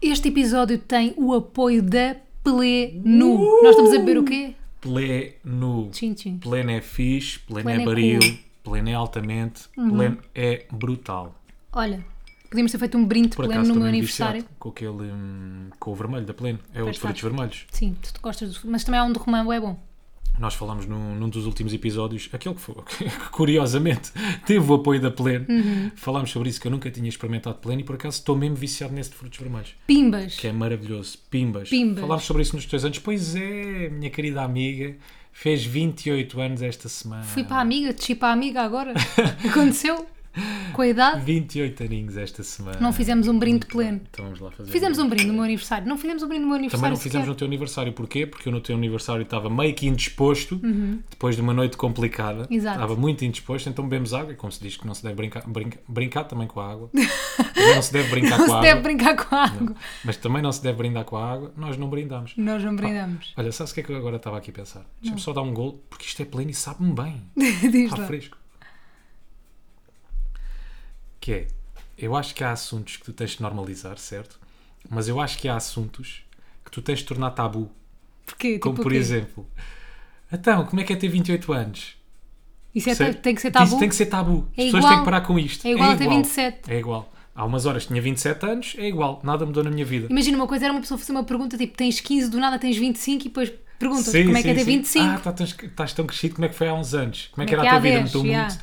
Este episódio tem o apoio da Plenu. Nós estamos a beber o quê? Pleno. Tchim, tchim. Pleno é fixe, pleno, Pleno é é baril, cool. Uhum. pleno é altamente, pleno é brutal. Olha, podíamos ter feito um brinde Por pleno acaso no meu também me viciado aniversário. com aquele hum, com o vermelho da pleno, é os está. frutos vermelhos. Sim, tu gostas do... Mas também há um de romã, é bom. Nós falámos num, num dos últimos episódios, aquele que, foi, que curiosamente teve o apoio da pleno. Uhum. Falámos sobre isso que eu nunca tinha experimentado pleno e por acaso estou mesmo viciado nesse de frutos vermelhos. Pimbas. que é maravilhoso. Pimbas. Pimbas. Falámos sobre isso nos teus anos. Pois é, minha querida amiga, fez 28 anos esta semana. Fui para a amiga, desci para a amiga agora. Aconteceu? Com a idade? 28 aninhos esta semana. Não fizemos um brinde pleno. Então vamos lá fazer. Fizemos um brinde no meu aniversário. Não fizemos um brinde no meu Também aniversário não fizemos um sequer. no teu aniversário. Porquê? Porque eu no teu aniversário estava meio que indisposto, depois de uma noite complicada. Uhum. Exato. Estava muito indisposto, então bebemos água. Como se diz que não se deve brincar, brinca- brincar também com a água. Também não se deve brincar Não com a se deve água. brincar com a água. Mas também não se deve brindar com a água. Nós não brindámos. Nós não brindamos. Olha, sabes o que é que eu agora estava aqui a pensar? Deixa-me só dar um gol, porque isto é pleno e sabe-me bem. Diz Está lá. fresco. Que é, eu acho que há assuntos que tu tens de normalizar, certo? Mas eu acho que há assuntos que tu tens de tornar tabu. Porquê? Como, Tipo o por quê? exemplo, então, como é que é ter 28 anos? Isso é ta- Percebe? tem que ser tabu. Isso tem que ser tabu. É As pessoas igual. têm que parar com isto. É igual a ter 27. É igual. Há umas horas tinha 27 anos, é igual. Nada mudou na minha vida. Imagina uma coisa, era uma pessoa fazer uma pergunta tipo tens 15, do nada tens 25 e depois perguntas Sim, como é que sim, é ter sim. 25. Ah, tá tão- estás tão crescido, como é que foi há uns anos? Como é que Como é era a tua que é há vida no 10, teu yeah. mundo?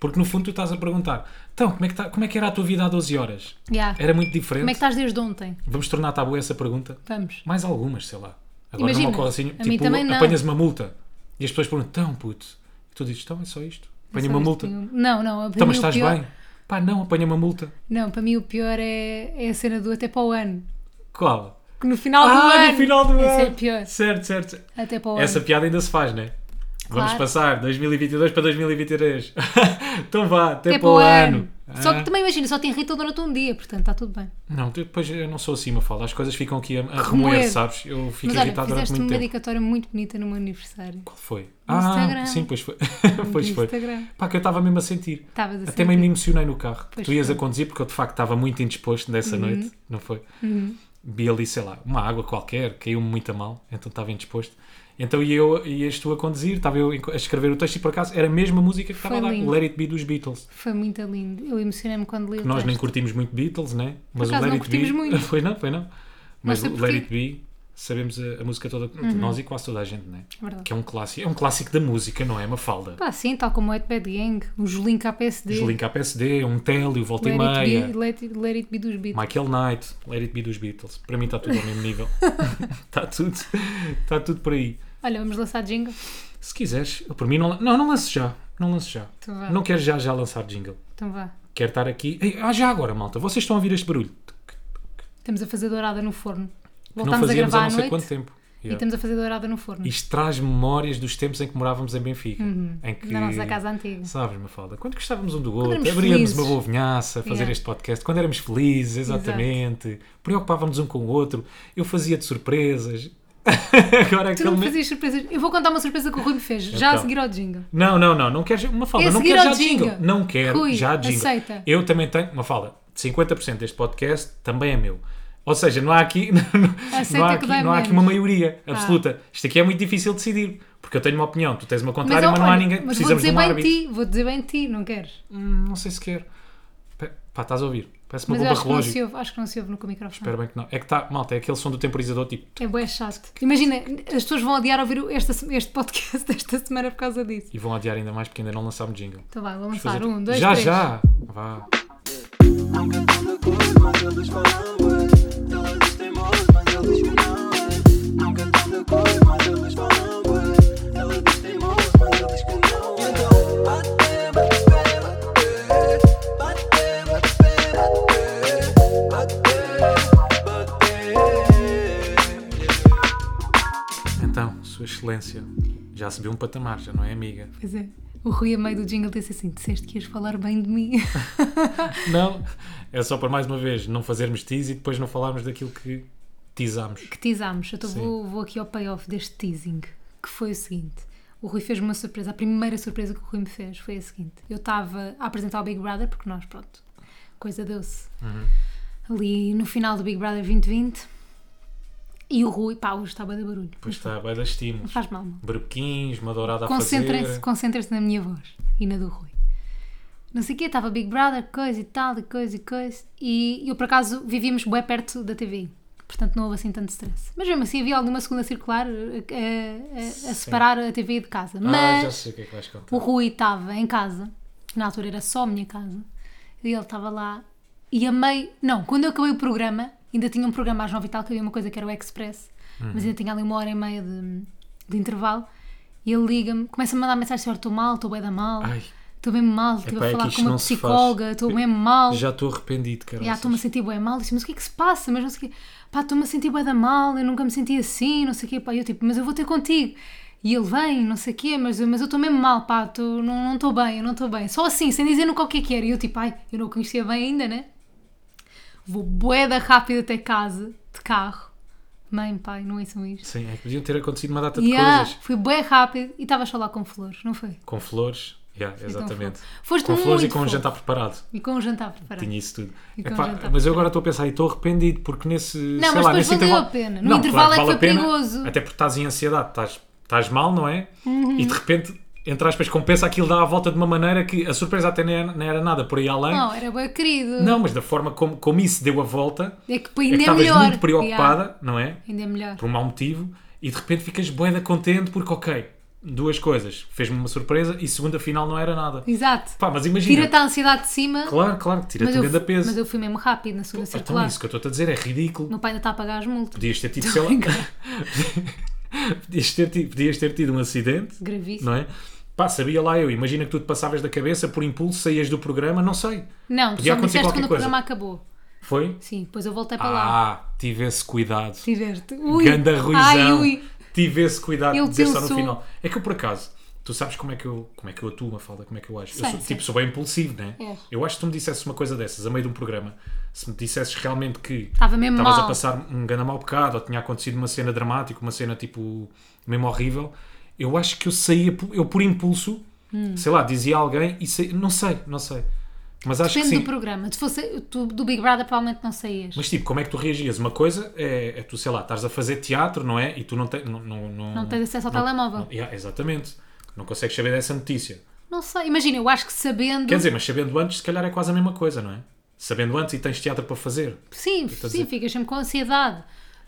Porque no fundo tu estás a perguntar, então, como é que, tá- como é que era a tua vida há 12 horas? Yeah. Ah, Era muito diferente? Como é que estás desde ontem? Vamos tornar tabu essa pergunta? Vamos. Mais algumas, sei lá. Agora Imagina, não me ocorre assim, a mim tipo, também não. apanhas uma multa e as pessoas perguntam, então, puto, e tu dizes, então, é só isto? Apanha Só uma isto multa. tinha um- Não, não. para Então, mas mim o estás pior- bem? Pá, não, apanha uma multa. Não, para mim o pior é, é a cena do até para o ano. Qual? Que no final do ah, ano. no final do ano! Essa é a pior. Certo, certo. Até para o Essa ano. piada ainda se faz, né? Vamos Claro. passar 2022 para 2023. então vá, até, Até para o ano. Só Ah. que também imagina, só te irritam durante um dia, portanto está tudo bem. Não, depois eu não sou assim, Mafalda. As coisas ficam aqui a, a Remoer. remoer, sabes? Eu fico Mas olha, irritado durante fizeste um muito uma tempo. dedicatória muito bonita no meu aniversário. Qual foi? Instagram. Ah, sim, pois foi. pois foi. Instagram. Pá, que eu estava mesmo a sentir. Estavas a Até sentir. mesmo me emocionei no carro. Pois tu ias foi. Uhum. a conduzir porque eu de facto estava muito indisposto nessa noite, não foi? Vi ali, sei lá, uma água qualquer, caiu-me muito a mal, então estava indisposto. Então e eu ias tu a conduzir, estava eu a escrever o texto e por acaso era a mesma música que estava a Foi dar, lindo. Let It Be dos Beatles. Foi muito lindo. Eu emocionei-me quando li o Nós nem texto. curtimos muito Beatles, né? Mas acaso não curtimos Be. muito. Foi não, foi não. Mas sei o porquê. Uhum. Let It Be, sabemos a, a música toda, nós e quase toda a gente, né? É verdade. Que é um clássico, é um clássico da música, não é? Uma falda. Pá, sim, tal como o Ed Bad Gang, o Julinho KPSD, Os Link à PSD, um Télio, volta Let, e meia. it be, let, It- Let It Be dos Beatles. Michael Knight, Let It Be dos Beatles. Para mim está tudo ao mesmo nível. está tudo, está tudo por aí. Olha, vamos lançar jingle? Se quiseres, eu por mim não, lan- não, não lanço já. Não lanço já. Então vá. Não quero já já lançar jingle. Então vá. Quero estar aqui. Ei, ah, já agora, malta. Vocês estão a ouvir este barulho. Estamos a fazer dourada no forno. Que não Voltámos a fazíamos há gravar não à sei quanto noite tempo. e Yeah. estamos a fazer dourada no forno. Isto traz memórias dos tempos em que morávamos em Benfica. Em que, Uhum. Na nossa casa antiga. Sabes, Mafalda? Quando gostávamos um do éramos outro, abríamos felizes. uma boa vinhaça, fazer Yeah. este podcast. Quando éramos felizes, exatamente. Preocupávamos um com o outro. Eu fazia-te surpresas. Agora é Tu aquele não me momento- fazias surpresas. Eu vou contar uma surpresa que o Rui me fez, já a Então. seguir ao jingle. Não, não, não. Não queres uma É falda. Não seguir quero ao já jingle. jingle. Não quero Rui, já jingle. aceita. Eu também tenho uma falda. 50% deste podcast também é meu. Ou seja, não há aqui, não, Aceita há que aqui, dói não há menos. aqui Ah. uma maioria absoluta. Isto aqui é muito difícil de decidir. Porque eu tenho uma opinião, tu tens uma contrária, ó, mas, não há olha, ninguém. mas vou Precisamos dizer de um bem árbitro. ti, vou dizer bem ti, não queres? Hum, não sei se quero. Pe- Pá, estás a ouvir? Parece uma Mas eu bomba acho que, não relógio. se ouve, acho que não se ouve no com o microfone. Espera bem que não. É que está, malta, é aquele som do temporizador tipo. É bué chato. Imagina, as pessoas vão adiar ouvir esta, se- este podcast desta semana por causa disso. E vão adiar ainda mais porque ainda não lançámos jingle. Então vá, vou Vamos lançar. fazer- tipo, Um, dois, já, três. já! Vá. Nunca tão de cor, mas eles falam ué. Todos têm voz, mas eles que não é. Nunca tão de cor, mas eles falam ué. Ela diz tem voz, mas eles que não é. Então, bate, bate, bate, bate. Bate, bate, bate, bate. Bate, yeah. Então, Sua Excelência, já subiu um patamar, já não é amiga? Pois é. O Rui, a meio do jingle, disse assim: disseste que ias falar bem de mim. Não, é só por mais uma vez não fazermos tease e depois não falarmos daquilo que teasámos. que teasámos. Então Sim. vou, vou aqui ao payoff deste teasing, que foi o seguinte. O Rui fez-me uma surpresa. A primeira surpresa que o Rui me fez foi a seguinte. Eu estava a apresentar o Big Brother, porque nós, pronto, coisa deu-se. Uhum. ali no final do Big Brother 2020. E o Rui, pá, hoje está bem de barulho. Pois está, vai dar Não estímulos. faz mal, não. Brequins, uma dourada a Concentrem-se fazer. concentrem na minha voz e na do Rui. Não sei o quê, estava Big Brother, coisa e tal, e coisa e coisa. E eu, por acaso, vivíamos bem perto da TV. Portanto, não houve assim tanto stress. Mas mesmo assim, havia alguma segunda circular eh, a, a- a separar a TV de casa. Ah, Mas já sei o que é que vais contar. o Rui estava em casa, que na altura era só a minha casa, e ele estava lá. E a meio. Não, quando eu acabei o programa, ainda tinha um programa às nove e tal, que havia uma coisa que era o Express, Uhum. mas ainda tinha ali uma hora e meia de, de intervalo. E ele liga-me, começa a mandar mensagem: Olha, estou mal, estou bem da mal, Ai. estou bem mal, estive Epá, a é que falar isto com uma não se faz. psicóloga, estou mesmo mal. Já estou arrependido, cara. Já estou-me a sentir bem mal, disse, mas o que é que se passa? Mas não sei o quê. Pá, estou-me a sentir bem da mal, eu nunca me senti assim, não sei o quê. Pá, E eu tipo, mas eu vou ter contigo. E ele vem, não sei o quê, mas, mas eu estou mesmo mal, pá, tô, não não estou bem, eu não estou bem. Só assim, sem dizer nunca o que é que era. E eu tipo, ai, eu não o conhecia bem ainda, né? Vou boeda rápido até casa, de carro. Mãe, pai, não é só isto. Sim, é que podiam ter acontecido uma data de Yeah, coisas. fui bué rápido e estava só lá com flores, não foi? Com flores. Yeah, tão exatamente. fofo. Foste com flores e muito com um fofo. jantar preparado. E com um jantar preparado. Tinha isso tudo. E com Epá, um jantar mas eu agora estou a pensar e estou arrependido porque nesse. sei mas lá, depois nesse valeu intervalo... a pena. No Não, intervalo claro, é que vale foi a pena, perigoso. Uhum. Até porque estás em ansiedade, estás, estás mal, não é? E de repente, entre aspas, compensa aquilo dá a volta de uma maneira que a surpresa até nem era, nem era nada por aí além. Não, era bué querido. Não, mas da forma como, como isso deu a volta, É que é que ainda é, estavas melhor. muito preocupada, Yeah, não é? ainda é melhor. por um mau motivo e de repente ficas boeda contente porque, ok, duas coisas, fez-me uma surpresa e segunda final não era nada. Exato. Pá, mas imagina. Tira-te a ansiedade de cima. Claro, claro, mas, tira-te eu um grande fui, mas peso. eu fui mesmo rápido na segunda Então circular. é isso que eu estou a dizer, é ridículo. Meu pai ainda está a pagar as multas. Podias ter tido, sei lá, podias, ter tido, podias ter tido um acidente, Gravíssimo. não é? Pá, sabia lá eu, imagina que tu te passavas da cabeça por impulso, saías do programa, não sei. Não, tu Podia só me acontecer disseste quando qualquer o coisa. programa acabou. Foi? Sim, depois eu voltei para lá. Ah, tive esse cuidado. Tiveste. Ui. Ganda Ai, ruizão. ui. Tive esse cuidado Ele de dizer só no pensou. final. É que eu, por acaso, tu sabes como é que eu, como é que eu atuo, Mafalda, como é que eu acho? Sei, eu sou, sei. tipo, sou bem impulsivo, né? É. Eu acho que tu me dissesses uma coisa dessas a meio de um programa, se me dissesses realmente que Estava mesmo estavas a mal. passar um grande mau bocado ou tinha acontecido uma cena dramática, uma cena tipo mesmo horrível, eu acho que eu saía, por- eu por impulso, Hum. sei lá, dizia a alguém e saía, não sei, não sei. Mas acho Depende que do sim. programa. Se fosse tu, do Big Brother, provavelmente não saías. Mas tipo, como é que tu reagias? Uma coisa é, é tu, sei lá, estás a fazer teatro, não é? E tu não, te, não, não, não, Não tens acesso ao não- telemóvel. não- yeah, exatamente. Não consegues saber dessa notícia. Não sei. Imagina, eu acho que sabendo. Quer dizer, mas sabendo antes, se calhar é quase a mesma coisa, não é? Sabendo antes e tens teatro para fazer. sim, estou a sim, dizer- ficas sempre com ansiedade.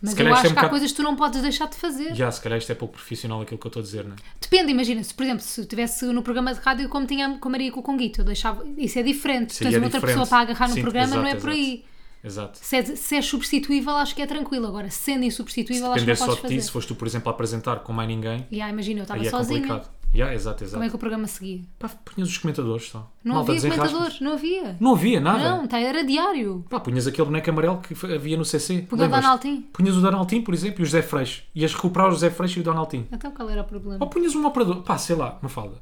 Mas calhar eu isto acho é um que há bocado- coisas que tu não podes deixar de fazer. Já, se calhar isto é pouco profissional aquilo que eu estou a dizer, não é? Depende, imagina, se por exemplo, se eu estivesse no programa de rádio como tinha com a Maria e com o Conguito, eu deixava. Isso é diferente. Se Seria tens uma outra diferente. pessoa para agarrar no Sim, programa, não é exato, por aí. Exato. Se é, se és substituível, acho que é tranquilo. Agora, sendo insubstituível, acho que Depender não só podes de fazer. ti, se foste tu, por exemplo, a apresentar com mais ninguém, E ah, imagina, eu estava aí é sozinha. complicado. Já, exato, exato. Como é que o programa seguia? Pá, punhas os comentadores só. Não Malta, havia desenrasca-se. comentadores, não havia. Não havia nada. Não, tá, era diário. Pá, punhas aquele boneco amarelo que f- havia no CC. Punha o lembras-te? Donaldinho. Punhas o Donaldinho, por exemplo, e o José Freixo. Ias recuperar o José Freixo e o Donaldinho. Então qual era o problema? Ou punhas um operador. Pá, sei lá, uma falda.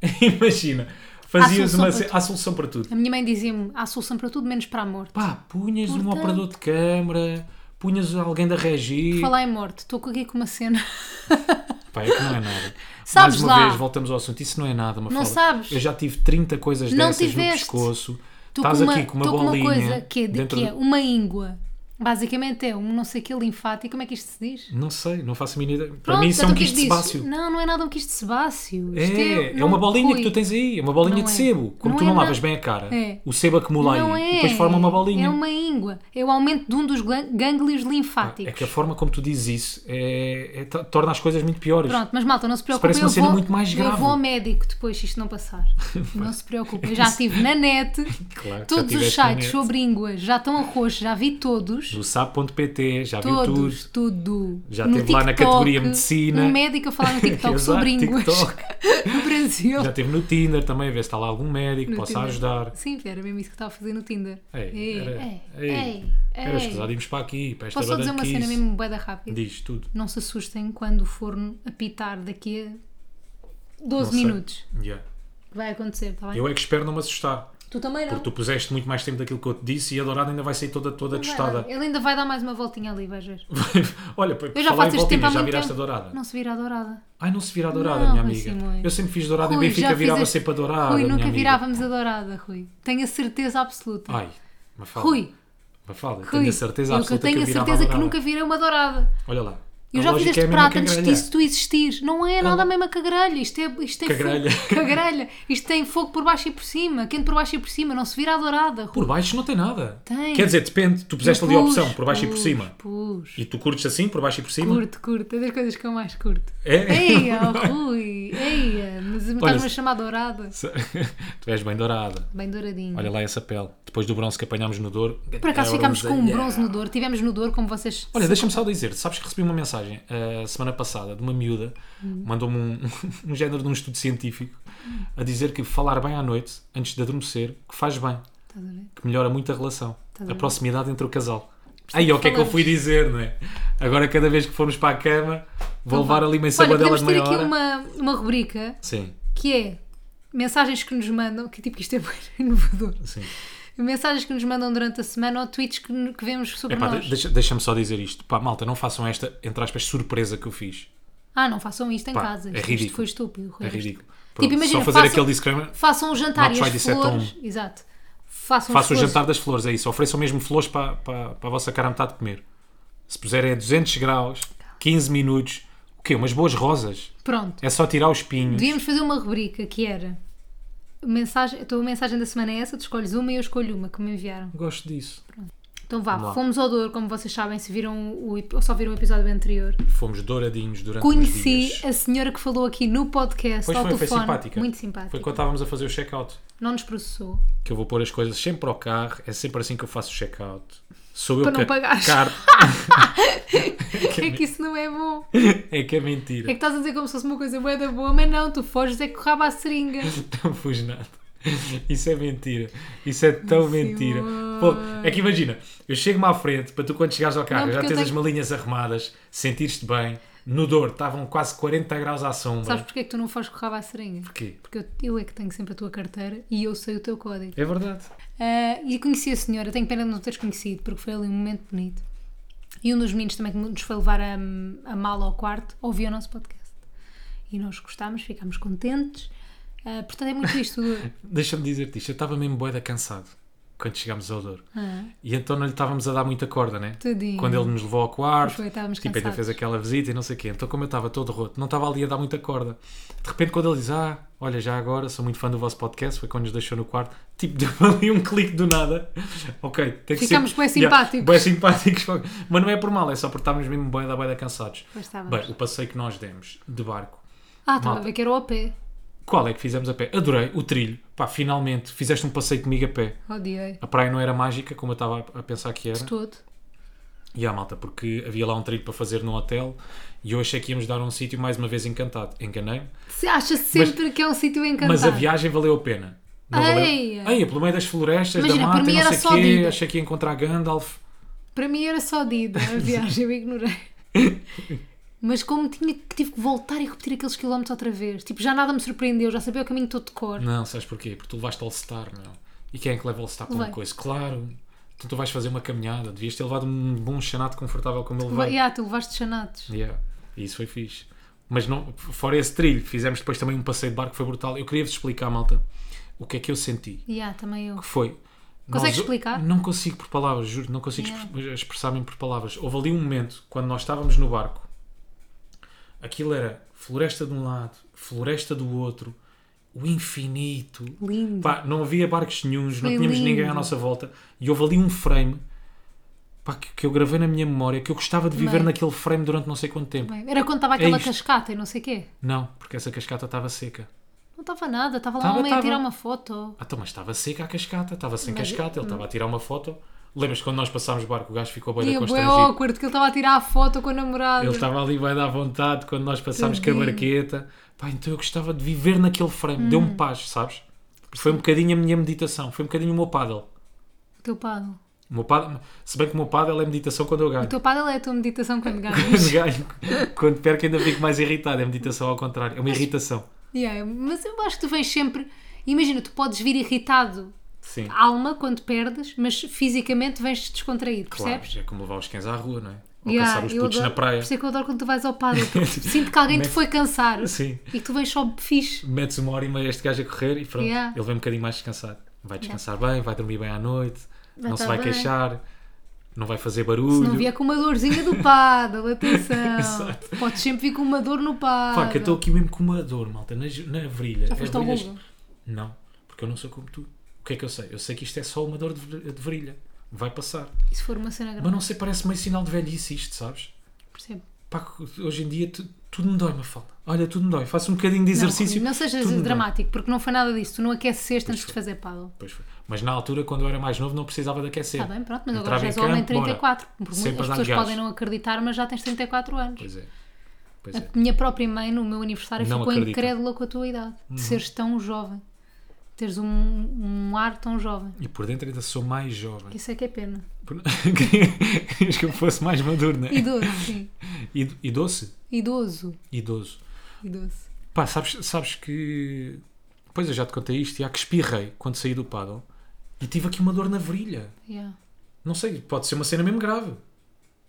Imagina. Fazias Há solução para uma. ce- Há solução para tudo. A minha mãe dizia-me: há solução para tudo, menos para a morte. Pá, punhas um Portanto- operador de câmara. Punhas alguém da regi. Falar em morte, estou aqui com uma cena. Pá, é que não é nada. Sabes Mais uma lá. vez, voltamos ao assunto. Isso não é nada, uma Não falda. sabes. Eu já tive 30 coisas Não dessas no tiveste. pescoço. Tô Estás aqui com uma tô bolinha. coisa que é, de- dentro que é do- uma íngua. Basicamente é um não sei que linfático. Como é que isto se diz? Não sei, não faço a mínima ideia. Para Pronto, mim, isso é então um o que quisto dizes? sebáceo. Não, não é nada um quisto sebáceo. Isto É, é não- uma bolinha Rui, que tu tens aí, é uma bolinha Não de é. sebo. Como Não tu é não nada. lavas bem a cara, É. o sebo acumula Não aí é. e depois forma uma bolinha. É uma íngua. É o aumento de um dos glan- gânglios linfáticos. É que a forma como tu dizes isso é, é- to- torna as coisas muito piores. Pronto, mas malta, não se preocupe. parece uma eu cena vou, muito mais Eu grave. vou ao médico depois se isto não passar. não se preocupe. Eu já estive na net. Claro, é- já todos os tiveste na sites net. sobre ínguas já estão a roxo. Já vi todos. No sapo.pt, já viu tudo. Todos, tudo. Já teve lá na categoria medicina. Um médico a falar no TikTok Exato, sobre ínguas. TikTok. no Brasil. Já teve no Tinder também, a ver se está lá algum médico, No possa Tinder. ajudar. Sim, era mesmo isso que estava a fazer no Tinder. Ei, ei, era, ei, ei, ei, era ei. escusado, íamos para aqui, para esta É. Posso só dizer uma cena baranquice. mesmo bué da rápida? Diz tudo. Não se assustem quando o forno apitar daqui a 12 Não sei. minutos. Yeah. Vai acontecer, está bem? Eu é que espero não me assustar, Tu também não. porque tu puseste muito mais tempo daquilo que eu te disse e a dourada ainda vai sair toda, toda Vai tostada. dar. Ele ainda vai dar mais uma voltinha ali, vais ver. Olha, por Eu já falar faço em este tempo há voltinha, já muito viraste tempo. a dourada. Não se vira a dourada. Ai, não se vira a dourada, Não, minha Rui amiga. Simões. Eu sempre fiz dourada Rui, Ah, em Benfica, já virava fizeste- sempre a dourada. Rui, minha nunca amiga. virávamos a dourada, Rui. Tenho a certeza absoluta. Ai, Mafalda. Rui, Mafalda, Rui, tenho a certeza eu que eu absoluta tenho a virava certeza que dourada. nunca virei uma dourada. Olha lá. Eu A já lógica fizeste é a mesma prata que a antes grelha. disso tu existires. Não é nada Ah. a mesma cagralha. Isto é, isto é Cagralha. fogo. Cagralha. Isto tem fogo por baixo e por cima, quente por baixo e por cima, não se vira a dourada. Rui. Por baixo não tem nada. Tem. Quer dizer, depende, tu puseste ali a Pus, opção, por baixo e por pus, cima. Pus. E tu curtes assim, por baixo e por cima? Curto, curto. É das coisas que eu mais curto. É? Eia, oh, Rui. Eia. Mas estás-me a chamar dourada. tu és bem dourada. Bem douradinho. Olha lá essa pele. Depois do bronze que apanhámos no Douro. por acaso é ficámos com um bronzeia. bronze no dor. Tivemos no dor, como vocês... Olha, deixa-me só dizer, sabes que recebi uma mensagem a semana passada de uma miúda, Hum. mandou-me um, um género de um estudo científico, a dizer que falar bem à noite, antes de adormecer, que faz bem, Estás a ver? que melhora muito a relação, Estás a a ver? proximidade entre o casal. Aí, o que é que eu Tá falamos. fui dizer, não é? Agora, cada vez que formos para a cama, vou levar ali uma Então Olha, sabadela podemos de ter meia aqui hora. uma, uma rubrica Sim, que é mensagens que nos mandam, que tipo que isto é muito inovador. sim. Mensagens que nos mandam durante a semana ou tweets que, n- que vemos sobre Epá, nós. de- deixa- deixa-me só dizer isto. Pá, malta, não façam esta, entre aspas, surpresa que eu fiz. Ah, não façam isto em Pá, casa. é Isto- Isto ridículo. foi estúpido. Rui. É ridículo. Tipo, Pronto, imagina, só fazer façam- aquele disclaimer. Façam o jantar Not e as 27 flores. Exato. Façam as Façam o flores. jantar das flores, é isso. Ofereçam mesmo flores para, para, para a vossa cara a metade de comer. Se puserem a 200 graus, 15 minutos, o quê? Umas boas rosas. Pronto. É só tirar os pinhos. Devíamos fazer uma rubrica que era mensagem, a tua mensagem da semana é essa, tu escolhes uma e eu escolho uma que me enviaram. Gosto disso. Então vá, Vá. fomos ao Douro, como vocês sabem, se viram o, ep- ou só viram o episódio anterior. Fomos douradinhos durante os Conheci dias. a senhora que falou aqui no podcast Pois ao foi, foi telefone. simpática. Muito simpática. Foi quando estávamos a fazer o check-out. Não nos processou. Que eu vou pôr as coisas sempre ao carro. É sempre assim que eu faço o check-out. Sou eu Para que... não pagares. Car... É que isso não é bom. é que é É que mentira. estás a dizer como se fosse uma coisa bué da boa, mas não, tu foges é que corraba a seringa. Não pus nada. Isso é mentira. Isso é tão mentira. Pô, é que imagina, eu chego-me à frente para tu, quando chegares ao carro, Não, já porque eu tens as tenho- malinhas arrumadas, sentires-te bem. No dor, estavam quase 40 graus à sombra. Sabes porquê é que tu não foges corraba a seringa? Porquê? Porque eu, eu é que tenho sempre a tua carteira e eu sei o teu código. É verdade. Ah, e conheci a senhora, tenho pena de não teres conhecido, porque foi ali um momento bonito. E um dos meninos também que nos foi levar a, a mala ao quarto ouviu o nosso podcast. E nós gostámos, ficámos contentes. Ah, portanto, é muito isto. Deixa-me dizer-te isto, eu estava mesmo boeda cansado quando chegámos ao Douro. Ah. E então não lhe estávamos a dar muita corda, né? Tadinho. Quando ele nos levou ao quarto, Foi, estávamos tipo, ainda cansados. fez aquela visita e não sei o quê. Então, como eu estava todo roto, não estava ali a dar muita corda. De repente, quando ele diz, ah, olha, já agora, sou muito fã do vosso podcast, foi quando nos deixou no quarto, tipo, deu ali um clique do nada. Ok, tem que Ficámos ser. bué simpáticos. bué simpáticos. Mas não é por mal, é só porque estávamos mesmo bué da bué da cansados. Pois estávamos. Bem, o passeio que nós demos de barco Ah, estava a Malta. ver que era o pé. qual é que fizemos a pé? Adorei o trilho. Pá, finalmente fizeste um passeio comigo a pé. Odiei. A praia não era mágica, como eu estava a- a pensar que era. De todo. E à malta, porque havia lá um trilho para fazer no hotel e eu achei que íamos dar a um sítio mais uma vez encantado. enganei Se acha sempre que é um sítio encantado. Mas a viagem valeu a pena. Não valeu? Eia. Eia, pelo meio das florestas, Imagina, da para mata, mim e era não só sei o quê. vida. Achei que ia encontrar Gandalf. Para mim era só Dida a viagem, eu ignorei. Mas como tinha, que tive que voltar e repetir aqueles quilómetros outra vez, tipo, já nada me surpreendeu, já sabia o caminho todo de cor. Não, sabes porquê? Porque tu levaste All Star, meu. E quem é que leva All Star para uma Levei. coisa? Claro. Então tu vais fazer uma caminhada. Devias ter levado um bom chanato confortável como ele Vai. veio. Yeah, tu levaste chanatos. Yeah. E isso foi fixe. Mas não, fora esse trilho, fizemos depois também um passeio de barco, que foi brutal. Eu queria-vos explicar, malta, o que é que eu senti. Yeah, também eu. que foi. Consegues explicar? Não consigo por palavras, juro, não consigo Yeah. expre- expressar-me por palavras. Houve ali um momento, quando nós estávamos no barco, aquilo era floresta de um lado, floresta do outro, o infinito. Lindo. Pá, não havia barcos nenhuns, não Foi tínhamos ninguém à lindo. nossa volta. E houve ali um frame pá, que, que eu gravei na minha memória, que eu gostava de viver Bem. naquele frame durante não sei quanto tempo. Bem, Era quando estava aquela isto. cascata e não sei o quê. Não, porque essa cascata estava seca. Não estava nada, estava lá Tava, uma meia a tava. tirar uma foto. Ah, então, mas estava seca a cascata, estava sem Mas- hum. cascata, ele estava a tirar uma foto. Lembras quando nós passámos o barco, o gajo ficou bem E eu, é constrangido. awkward que ele estava a tirar a foto com a namorada. Ele tá- estava ali bem à vontade quando nós passámos com a Tadinho. barqueta. Pá, então eu gostava de viver naquele frame, Hum. deu-me paz, sabes? Foi um bocadinho a minha meditação, foi um bocadinho o meu paddle. O teu paddle. O meu paddle se bem que o meu paddle é meditação quando eu ganho. O teu paddle é a tua meditação quando ganhas. Quando ganho, quando perco ainda fico mais irritado, é meditação ao contrário, é uma irritação. Yeah, mas eu acho que tu vens sempre. Imagina, tu podes vir irritado Sim. alma quando perdes, mas fisicamente vens descontraído, Claro, percebes? é como levar os cães à rua, não é? Ou Yeah, caçar os eu putos adoro- na praia. Por isso é que eu adoro quando tu vais ao padre. Sinto que alguém te foi cansar Sim. e que tu vens só fixe. metes uma hora e meia este gajo a correr e pronto, Yeah. ele vem um bocadinho mais descansado. Vai descansar bem, vai dormir bem à noite, não se estar vai bem. queixar, não vai fazer Se barulho. não vier com uma dorzinha do paddle, atenção. Exato. Podes sempre vir com uma dor no Pá, que eu estou paddle. aqui mesmo com uma dor, malta, na, ju- na virilha. Já É foste ao virilhas- Google? Não, porque eu não sou como tu. O que é que eu sei? Eu sei que isto é só uma dor de, vir- de virilha. Vai passar. E se for uma cena grave, Mas não sei, parece meio sinal de velhice isto, sabes? percebo. Pá, que hoje em dia tu- tudo me dói, Mafalda. Olha, tudo me dói. Faço um bocadinho de exercício. Não, não sejas tudo me dói. dramático, porque não foi nada disso. Tu não aqueceste antes de foi. fazer paddle. Pois foi. Mas na altura, quando eu era mais novo, não precisava de aquecer. Está Tá bem, pronto, mas agora Entrava já em és homem campo, bora. 34. Por muito- Sempre a as dar pessoas gás. podem não acreditar, mas já tens 34 anos. Pois é. Pois é. A minha própria mãe, no meu aniversário, Não ficou acredita. Uhum. incrédula com a tua idade. De seres tão jovem. Teres um, um ar tão jovem. E por dentro ainda sou mais jovem. Isso é que é pena. Por- Querias que eu fosse mais maduro, né? Idoso, sim. Id- Idoso? Idoso. Idoso. Idoso. Pá, sabes, sabes que. Pois eu já te contei isto, já que espirrei quando saí do paddle e tive aqui uma dor na virilha. Yeah. Não sei, pode ser uma cena mesmo grave.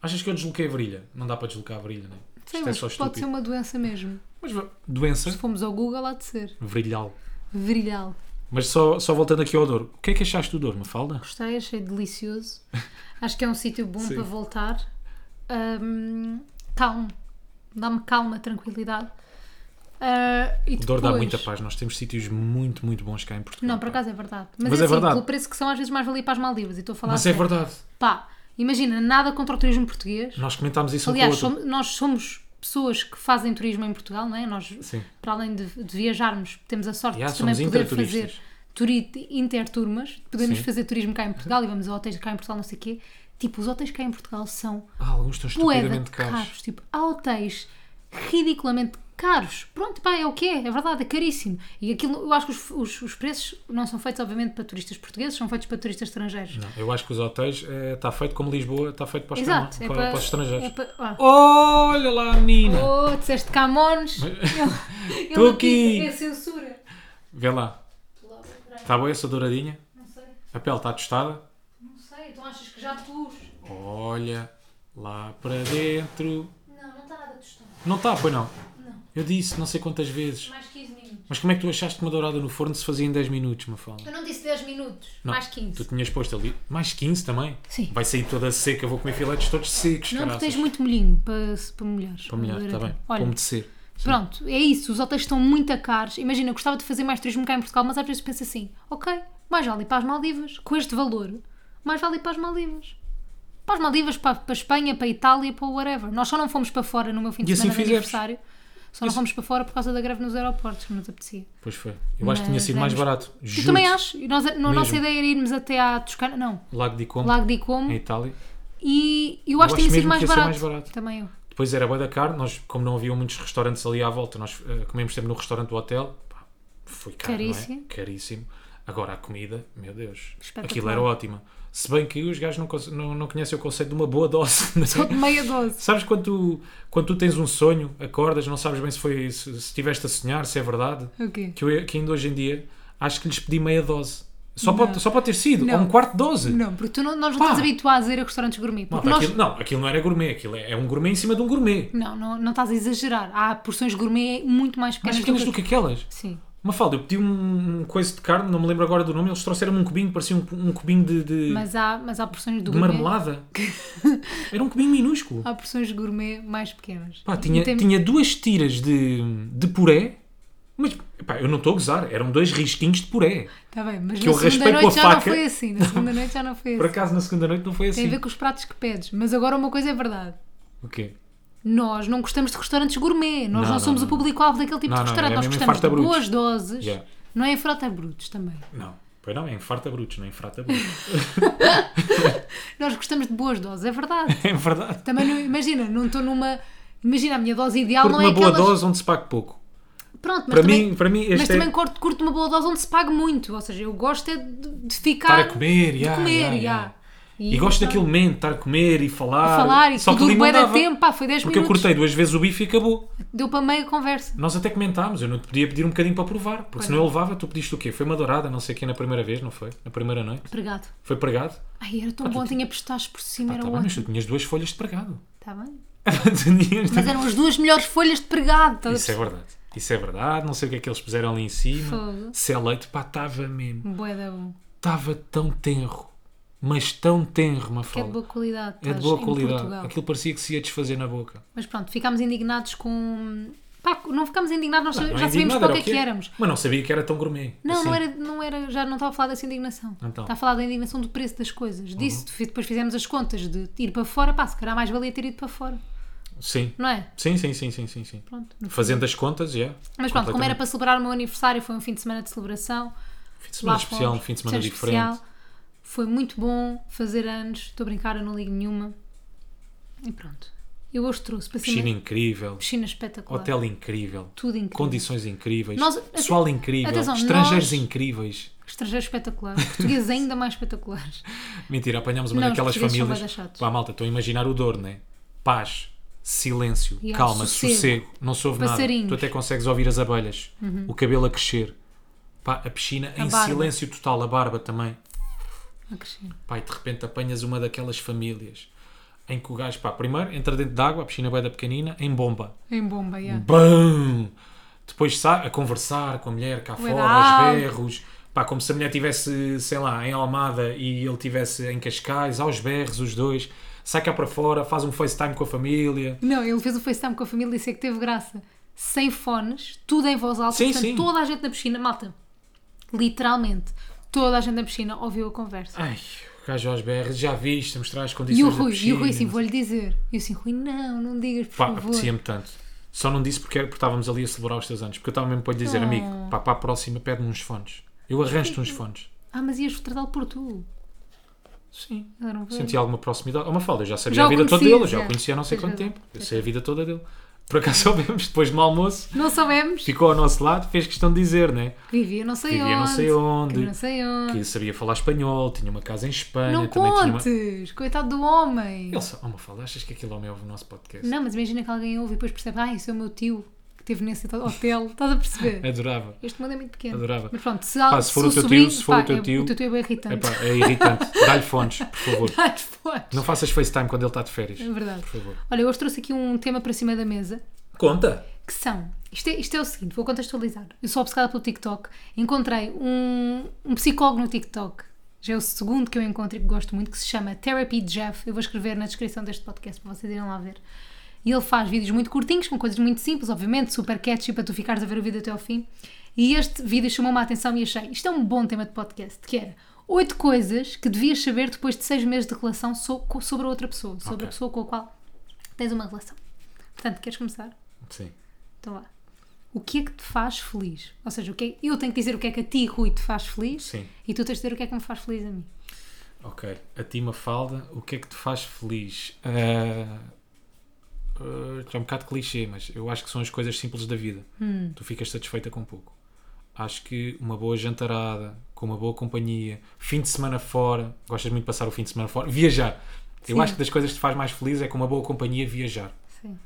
Achas que eu desloquei a virilha? Não dá para deslocar a virilha, né? Sei, Isto é mas só pode estúpido. ser um- uma doença mesmo. Mas vá, doença, Se fomos ao Google, há de ser. virilhal. Virilhal. Mas só, só voltando aqui ao dor, o que é que achaste do dor, Mafalda? Gostei, achei delicioso. Acho que é um sítio bom Sim. para voltar. Ahm, calmo. Dá-me calma, tranquilidade. Ah, e O dor dá depois- muita paz, nós temos sítios muito, muito bons cá em Portugal. Não, por pá. acaso é verdade. Mas, Mas é, é assim, verdade. pelo preço que são, às vezes mais valia para as Maldivas. E estou a falar Mas é sério. verdade, Pá, imagina, nada contra o turismo português. nós comentámos isso um com o Aliás, outro. som- nós somos pessoas que fazem turismo em Portugal, não é? Nós, Sim. para além de, de viajarmos, temos a sorte Yeah, de também somos poder interturistas. fazer turi- interturmas, podemos Sim. fazer turismo cá em Portugal e vamos a hotéis cá em Portugal, não sei o quê. Tipo, os hotéis cá em Portugal são Ah, alguns estão poeda de estupidamente caros. caros. Tipo, há hotéis ridiculamente caros. Pronto, pá, é o que é, é verdade, é caríssimo. E aquilo, eu acho que os, os- os preços não são feitos, obviamente, para turistas portugueses, são feitos para turistas estrangeiros. Não, eu acho que os hotéis eh, está feito como Lisboa, está feito para os, Exato, estra- é para, para, para os estrangeiros. É para, ah. Olha lá, menina! Oh, disseste Camões. Eu- Tô eu aqui. É censura. Vê lá, está boa essa douradinha? Não sei, A pele tá está tostada? não sei. Então achas que já pus? Olha lá para dentro. Não, não está nada tostado. Não está, pois não? Não. Eu disse não sei quantas vezes. Mais 15 minutos. Mas como é que tu achaste uma dourada no forno se fazia em 10 minutos, Mafalda? Eu não disse 10 minutos. Não, mais 15. Tu tinhas posto ali. Mais 15 também? Sim. Vai sair toda seca, vou comer filetes todos secos, Não, porque caraças. tens muito molhinho para, para mulheres. Para mulher, está bem. Olha, Para umedecer. Sim. pronto, é isso. Os hotéis estão muito a caros. Imagina, eu gostava de fazer mais turismo cá em Portugal, mas às vezes penso assim: ok, mais vale ir para as Maldivas, com este valor, mais vale ir para as Maldivas. Para as Maldivas, para, para a Espanha, para a Itália, para o whatever. Nós só não fomos para fora no meu fim de E assim semana de fizeste. aniversário. Só não fomos para fora por causa da greve nos aeroportos, que não te apetecia. Pois foi. Eu acho que tinha Mas sido mais éramos- barato. Eu Juro. também acho. E nós, a Mesmo. nossa ideia era irmos até à Toscana, não, Lago de Como, Lago de em Como. Itália. E eu acho que tinha acho sido mesmo mais que ia ser barato. mais barato. Também eu. Depois era bué da carne. Nós, como não havia muitos restaurantes ali à volta, nós eh, comemos sempre no restaurante do hotel. Pá, foi caro, Caríssimo. Caríssimo. Não é? Caríssimo. Agora, a comida, meu Deus, Espetacular. aquilo era ótima. Se bem que os gajos não, conce- não, não conhecem o conceito de uma boa dose. né? Só de meia dose. Sabes quando tu, quando tu tens um sonho, acordas, não sabes bem se foi se, se tiveste a sonhar, se é verdade, O quê? que, eu, que ainda hoje em dia acho que lhes pedi meia dose. Só, Não. pode, só pode ter sido, ou Não. um quarto de dose. Não, porque tu não, nós não Pá. estamos habituados a ir a restaurantes gourmet. Porque Malta, nós, aquilo- não, aquilo não era gourmet, aquilo é, é um gourmet em cima de um gourmet. não, não, não estás a exagerar. Há porções gourmet muito mais Mais pequenas, pequenas do que aquelas. Sim. Mafalda, eu pedi um, um coisa de carne, não me lembro agora do nome, eles trouxeram-me um cubinho, parecia um, um cubinho de, de- Mas há, mas há porções do de gourmet. marmelada. era um cubinho minúsculo. Há porções gourmet mais pequenas. Pá, E tinha, tem- tinha duas tiras de, de puré, mas pá, eu não estou a gozar, eram dois risquinhos de puré. Tá bem, mas que na eu raspei segunda com a noite já não faca. foi assim. Na segunda noite já não foi Por assim. acaso na segunda noite não foi assim. Tem a ver com os pratos que pedes. Mas agora uma coisa é verdade. O quê? Nós não gostamos de restaurantes gourmet. Nós Não, não, não, somos não, o público-alvo daquele tipo de Não, não, restaurante. é Nós mesmo gostamos de boas fartabrutos. doses. Yeah. Não é em frota brutos também. Não. Pois não, é em farta brutos, não é em frata brutos. Nós gostamos de boas doses, é verdade. é verdade. Também não, imagina, não estou numa. Imagina, a minha dose ideal Porque não é uma boa aquelas. dose onde se paga pouco. Pronto, mas Para também, mim, para mim mas este é também curto, curto uma boa dose onde se pague muito. Ou seja, eu gosto é de, de ficar. estar a comer, de yeah, comer, yeah, já. yeah. E gosto daquele momento, estar a comer e falar. Falar e tudo ali bem não da dava, tempo, pá, foi 10 Porque eu minutos. cortei duas vezes o bife e acabou. Deu para meia conversa. Nós até comentámos, eu não te podia pedir um bocadinho para provar, porque Pois senão eu levava, tu pediste o quê? Foi uma dourada, não sei quem, na primeira vez, não foi? Na primeira noite? Pregado. Foi pregado? Ai, era tão bom, tinha pistaches por cima, Ah, era tá bem, mas tu ótimo. tinhas duas folhas de pregado. Está bem? Tinhas Mas duas- eram as duas melhores folhas de pregado. tá? estás a Isso é perceber? verdade. Isso é verdade, não sei o que é que eles puseram ali em cima. Fogo. Se é leite, pá, estava mesmo. Bué da bom. Estava tão tenro. mas tão tenro, uma Que é de fala. boa qualidade. É de estás boa em qualidade. Portugal. Aquilo parecia que se ia desfazer na boca. Mas pronto, ficámos indignados com. Pá, não ficámos indignados, nós Não já é sabíamos indignado, para o era que é que quê? éramos. Mas não sabia que era tão gourmet. Não, assim. não, era, não era, já não estava a falar dessa indignação. Então. Uhum. Estava a falar da indignação do preço das coisas. Disso, depois fizemos as contas de ir para fora, pá, se calhar mais valia ter ido para fora, Sim. não é? Sim, sim, sim, sim, sim, sim. Pronto. no- Fazendo as contas, é. Yeah, Mas pronto, como era completamente. para celebrar o meu aniversário, foi um fim de semana de celebração. Fim de semana Lá especial, um fomos, fim de semana diferente. especial. Foi muito bom fazer anos. Estou a brincar, eu não ligo nenhuma. E pronto. Eu hoje trouxe para cima. Piscina incrível, Piscina espetacular. hotel incrível, Tudo incrível. condições incríveis, Nós- assim, pessoal incrível, atenção, estrangeiros nós- incríveis. Estrangeiros espetaculares. Portugueses ainda mais espetaculares. Mentira, apanhámos uma Não, os daquelas portugueses são bué famílias. da chatos. Pá, malta, estou a imaginar o dor, né? Paz, silêncio, Yeah, calma, sossego. sossego, não se ouve Passarinhos. Uhum. nada. Tu até consegues ouvir as abelhas, o cabelo a crescer, pá, a piscina em barba. silêncio total, a barba também. A crescer. Pá, e de repente apanhas uma daquelas famílias em que o gajo, pá, primeiro entra dentro de água, a piscina é bué da pequenina, em bomba. Em bomba, yeah. BAM! Depois sai a conversar com a mulher cá Bué fora, da aos alto. berros. Pá, como se a mulher estivesse, sei lá, em Almada e ele estivesse em Cascais, aos berros, os dois. Sai cá para fora, faz um FaceTime com a família. Não, ele fez o FaceTime com a família e sei que teve graça. Sem fones, tudo em voz alta. Sim, portanto, sim. toda a gente na piscina, malta. Literalmente. Toda a gente na piscina ouviu a conversa. Ai, o gajo aos berros, já viste, a mostrar as condições e o Ah, é da Rui, e o Rui assim, piscina. vou-lhe dizer. E eu assim, Rui, não, não digas, por Pá, favor. apetecia-me tanto. Só não disse porque, era, porque estávamos ali a celebrar os teus anos. Porque eu estava mesmo para lhe dizer, Oh. amigo, pá, para a próxima pede-me uns fones. Eu arranjo-te uns fones. Ah, mas ias tratá-lo por tu. Sim. Ele era um velho. Senti alguma proximidade. Uma falda, eu já sabia Já a o vida toda conhecias, dele, eu já já. é. o conhecia há não sei Tens quanto razão, tempo. Eu sei a vida toda dele. Por acaso soubemos, depois do almoço, Não soubemos. que ficou ao nosso lado, fez questão de dizer, né? Que vivia não sei Vivia onde. não sei onde. Que não sei onde. Que sabia falar espanhol, tinha uma casa em Espanha, Não também tinha uma. contes. Coitado do homem. Ele só, oh, uma falda, achas que aquele homem ouve o nosso podcast? Não, mas imagina que alguém ouve e depois percebe, ah, isso é o meu tio que teve nesse tal hotel. Estás a perceber? Adorava. Este mundo é muito pequeno. Adorava. Mas pronto, se, há- Pá, se for se o teu sobrinho- tio, se for pá, o teu é- tio- o teu tio é bem irritante. Tá, Epá, é irritante. Dá-lhe fones, por favor. Dá-lhe fotos. Não faças FaceTime quando ele está de férias. É verdade. Por favor. Olha, eu hoje trouxe aqui um tema para cima da mesa, Conta. que são... Isto é, isto é o seguinte, vou contextualizar. Eu sou obcecada pelo TikTok. Encontrei um, um psicólogo no TikTok. Já é o segundo que eu encontro e que gosto muito, que se chama Therapy Jeff. Eu vou escrever na descrição deste podcast para vocês irem lá ver. E ele faz vídeos muito curtinhos, com coisas muito simples, obviamente, super catchy, para tu ficares a ver o vídeo até ao fim. E este vídeo chamou-me a atenção e achei, isto é um bom tema de podcast, que era oito coisas que devias saber depois de seis meses de relação so- co- sobre a outra pessoa, sobre Ok. a pessoa com a qual tens uma relação. Portanto, queres começar? Sim. Então lá. O que é que te faz feliz? Ou seja, o que é- eu tenho que dizer o que é que a ti, Rui, te faz feliz Sim. e tu tens de dizer o que é que me faz feliz a mim. Ok. A ti, Mafalda, o que é que te faz feliz? Ah, ah, é um bocado clichê, mas eu acho que são as coisas simples da vida. Tu ficas satisfeita com pouco. Acho que uma boa jantarada, com uma boa companhia, fim de semana fora, gostas muito de passar o fim de semana fora, viajar. Eu Sim. acho que das coisas que te faz mais feliz é com uma boa companhia viajar. Sim.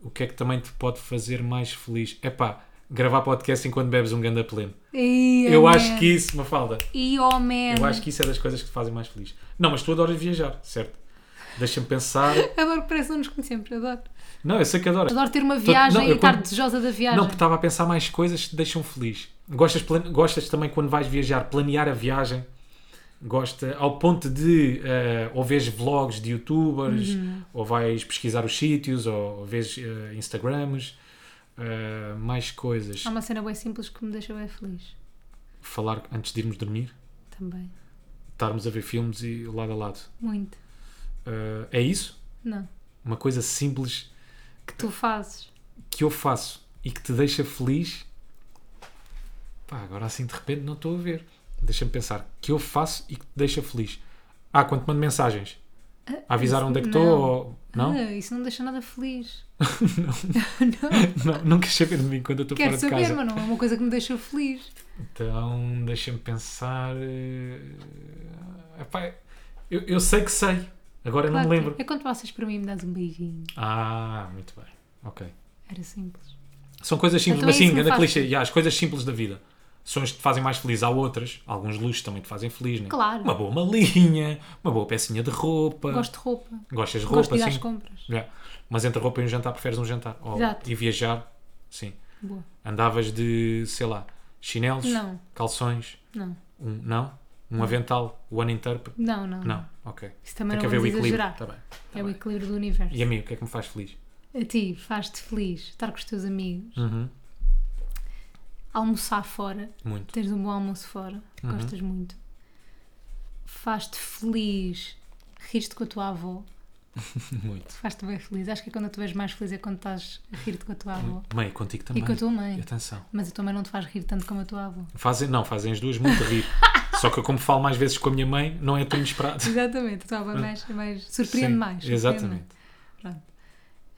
O que é que também te pode fazer mais feliz? É pá, gravar podcast enquanto bebes um ganda pleno. E, Eu oh, acho man. que isso, Mafalda, E oh man. eu acho que isso é das coisas que te fazem mais feliz. Não, mas tu adoras viajar, certo? Deixa-me pensar. Adoro que parece que não nos conhecemos, adoro. Não, eu sei que adoras. Adoro ter uma viagem não, e eu estar quando- desejosa da viagem. Não, tá- porque estava a pensar mais coisas que te deixam feliz. Gostas, plan- gostas também quando vais viajar, planear a viagem. Gosta ao ponto de eh, ou vês vlogs de Uhum. youtubers, ou vais pesquisar os sítios, ou, ou vês eh, Instagrams, eh, mais coisas. Há uma cena bem simples que me deixa bem feliz Falar antes de irmos dormir, também. estarmos a ver filmes e lado a lado. Muito. Eh, é isso? Não. Uma coisa simples Que tu fazes. que eu faço e que te deixa feliz, pá, agora assim de repente não estou a ver. Deixa-me pensar. Que eu faço e que te deixa feliz. Ah, quando te mando mensagens. A avisar Ah, isso onde é que não. estou ou. Não? Ah, isso não me deixa nada feliz. não? Não queres saber de mim quando eu estou Quero fora de saber, casa. mas não é uma coisa que me deixa feliz. Então, deixa-me pensar. eh, epá, eu, eu sei que sei. Agora Claro não que me lembro. É quando passas por mim e me dás um beijinho. Ah, muito bem. Ok. Era simples. São coisas simples, Então é mas isso sim, que me grande faz clichê. E há as coisas simples da vida. São as que te fazem mais feliz. Há outras, alguns luxos também te fazem feliz, né? Claro. Uma boa malinha, uma boa pecinha de roupa. Gosto de roupa. Gostas de Gosto roupa, de ir às sim. compras. Yeah. Mas entre roupa e um jantar, preferes um jantar. Ou- Exato. E viajar, sim. Boa. Andavas de, sei lá, chinelos, Não. calções, Não. um, não? Um avental o ano inteiro? Não, não. Não, ok. Isso também Tem que não haver o vamos equilíbrio. exagerar. Tá bem. tá é o bem. equilíbrio do universo. E a mim, o que é que me faz feliz? A ti faz-te feliz estar com os teus amigos, Hum. almoçar fora, Muito. teres um bom almoço fora, Uhum. que gostas muito. Faz-te feliz rir-te com a tua avó, Muito. faz-te bem feliz. Acho que quando tu és mais feliz é quando estás a rir-te com a tua avó Mãe, contigo também. e com a tua mãe. Atenção. Mas a tua mãe não te faz rir tanto como a tua avó. Fazem, não, fazem as duas muito rir. Só que eu, como falo mais vezes com a minha mãe, não é tão inesperado. Exatamente, a tua avó é mais, é mais surpreende Sim, mais. surpreende mais. Exatamente.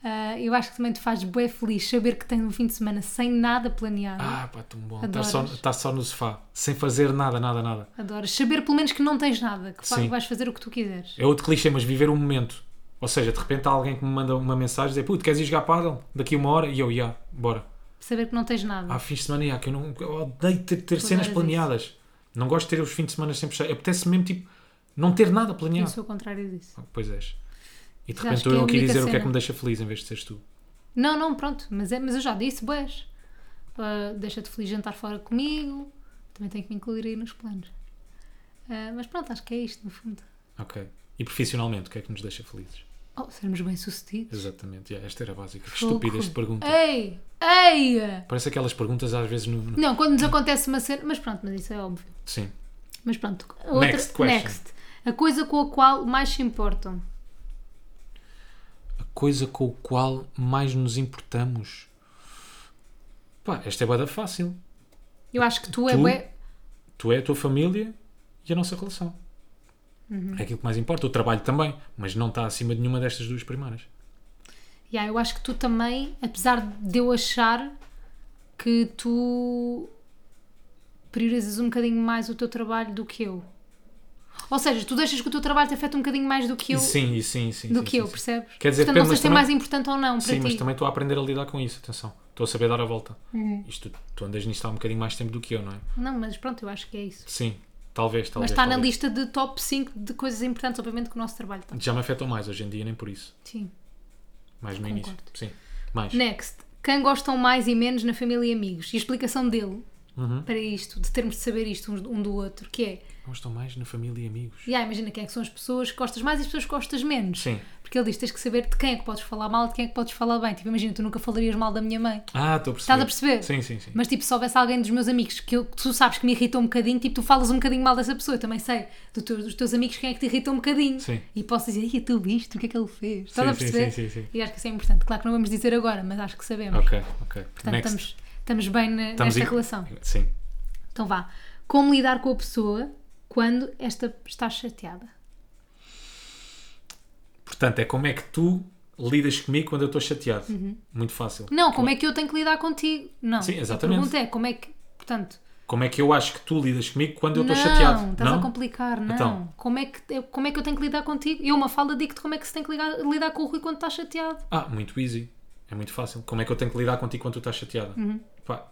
Ah, eu acho que também te faz bem feliz saber que tens um fim de semana sem nada planeado. Ah, pá, tão bom. Estás só, Adoras. estás só no sofá, sem fazer nada, nada, nada. Adoras saber pelo menos que não tens nada, que fa- Sim. vais fazer o que tu quiseres. É outro clichê, mas viver um momento. Ou seja, de repente há alguém que me manda uma mensagem dizer, puto, queres ir jogar pádel? Daqui uma hora? E eu, já, bora. Saber que não tens nada. Há fins de semana, já, que eu, não, eu odeio ter, ter Tu cenas adoras planeadas. Não gosto de ter os fins de semana sempre cheios. Apetece mesmo, tipo, não ter nada Eu planeado. Ah, sou o contrário disso. Pois és. E de Mas repente acho estou que é eu a aqui a única dizer o que é que cena. me deixa feliz em vez de seres tu. Não, não, pronto, mas, é, mas eu já disse, boés. Ah, Deixa-te feliz jantar fora comigo. Também tenho que me incluir aí nos planos. Ah, mas pronto, acho que é isto, no fundo. Ok. E profissionalmente, o que é que nos deixa felizes? Oh, sermos bem-sucedidos. Exatamente. Yeah, esta era a básica. Que Fogo. É. estupidez de pergunta. Ei! Ei! Parece aquelas perguntas às vezes no. no- Não, quando nos acontece uma cena. Mas pronto, mas isso é óbvio. Sim. Mas pronto, a outra, Next question. next. A coisa com a qual mais se importam. A coisa com o qual mais nos importamos. Pá, esta é bada fácil. Eu acho que tu, é Tu? bué. Tu é a tua família e a nossa relação. Uhum. É aquilo que mais importa. O trabalho também, mas não está acima de nenhuma destas duas primárias. Yeah, eu acho que tu também, apesar de eu achar que tu priorizas um bocadinho mais o teu trabalho do que eu. Ou seja, tu deixas que o teu trabalho te afeta um bocadinho mais do que eu, e sim, e sim, sim. do sim, que sim, eu sim. percebes? Quer dizer, Portanto, depende, não sei mas se é também- mais importante ou não para Sim, ti. mas também estou a aprender a lidar com isso, atenção. Estou a saber dar a volta. Uhum. Isto, tu andas nisto há um bocadinho mais tempo do que eu, não é? Não, mas pronto, eu acho que é isso. Sim, talvez, Mas talvez. está na talvez. lista de top 5 de coisas importantes, obviamente, que o nosso trabalho está. Já me afetam mais hoje em dia, nem por isso. Sim. Mais no Concordo. início. Sim. Mais. Next. Quem gostam mais e menos na família e amigos? E a explicação dele Uhum. para isto, de termos de saber isto uns- um do outro, que é, Gostam mais na família e amigos. e ah, imagina quem é que são as pessoas que gostas mais e as pessoas que gostas menos. Sim. Porque ele diz, tens que saber de quem é que podes falar mal e de quem é que podes falar bem. Tipo, imagina, tu nunca falarias mal da minha mãe. Ah, estou a perceber. Estás a perceber? Sim, sim, sim. Mas tipo, se houvesse alguém dos meus amigos que, eu, que tu sabes que me irritou um bocadinho, tipo, tu falas um bocadinho mal dessa pessoa. Eu também sei do teu- dos teus amigos quem é que te irritou um bocadinho. Sim. E posso dizer, e tu viste o que é que ele fez? Estás Sim, a sim, perceber? sim, sim, sim. E acho que isso é importante. Claro que não vamos dizer agora, mas acho que sabemos. Ok, ok. é Portanto, estamos, estamos bem na, Estamos nesta em- relação. Sim. Então vá. Como lidar com a pessoa quando esta está chateada? Portanto, é como é que tu lidas comigo quando eu estou chateado. Muito fácil. Uhum. Não, como é que eu tenho que lidar contigo? Não. Sim, exatamente. A pergunta é como é que. Portanto, Como é que eu acho que tu lidas comigo quando eu não, estou chateado? estás não? a complicar, não. Então. Como, é que, eu- como é que eu tenho que lidar contigo? Eu, uma fala, digo-te como é que se tem que ligar- lidar com o Rui quando está chateado. Ah, muito easy. É muito fácil. Como é que eu tenho que lidar contigo quando tu estás chateada? Pá,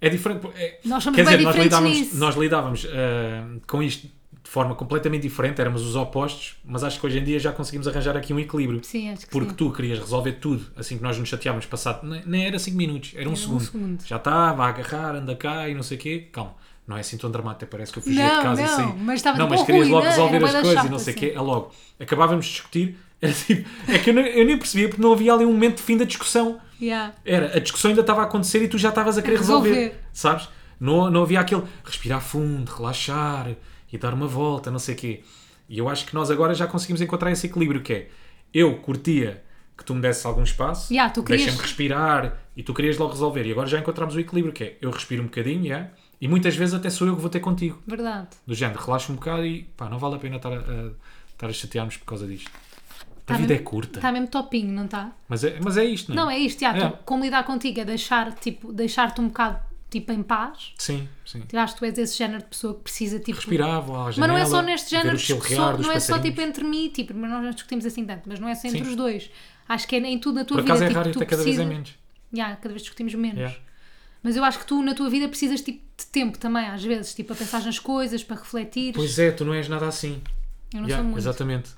é diferente. é- Nós Uhum. somos quer bem dizer, nós diferentes lidávamos, nisso. nós lidávamos ah, com isto de forma completamente diferente, éramos os opostos, mas acho que hoje em dia já conseguimos arranjar aqui um equilíbrio. Sim, acho que Porque sim. tu querias resolver tudo assim que nós nos chateámos passado, nem, nem era 5 minutos, era um, segundo. segundo. Já está, vai agarrar, anda cá e não sei o quê. Calma, não é assim tão dramático, até parece que eu fugia Não, de casa não, assim. mas estava Não, tipo, mas "Oh, querias Rui, logo não, resolver era as bué da coisas e chato", não sei o assim. quê. É logo, acabávamos de discutir, era tipo, é que eu não, eu nem percebia porque não havia ali um momento de fim da discussão. Yeah. Era, a discussão ainda estava a acontecer e tu já estavas a querer resolver. Resolver. Sabes? Não, não havia aquele respirar fundo, relaxar e dar uma volta, não sei o quê. E eu acho que nós agora já conseguimos encontrar esse equilíbrio que é eu curtia que tu me desses algum espaço, Yeah, tu querias- deixa-me respirar e tu querias logo resolver. E agora já encontramos o equilíbrio que é eu respiro um bocadinho, yeah, e muitas vezes até sou eu que vou ter contigo. Verdade. Do género, relaxa um bocado e pá, não vale a pena estar a, a- estar a chatearmos por causa disto. Tá a vida mesmo- é curta, Está mesmo topinho, não está? mas, é, mas é isto, não é? Não, é isto, já, É. tu- como lidar contigo é deixar, tipo, deixar-te um bocado, tipo, em paz. Sim, sim. Eu acho que tu és esse género de pessoa que precisa, tipo... respirava à Mas janela, não é só neste ver género o de chilrear discussão, dos não é só, passarinhos. tipo, entre mim e ti, porque nós não discutimos assim tanto, mas não é só entre Sim. os dois. Acho que é em tudo na tua Por vida, acaso é tipo, raro e tu até cada vez é precisas- menos. Ya, cada vez discutimos menos. Yeah. Mas eu acho que tu, na tua vida, precisas, tipo, de tempo também, às vezes, tipo, a pensar nas coisas, para refletir. Pois é, tu não és nada assim. eu não Yeah, sou muito. Exatamente.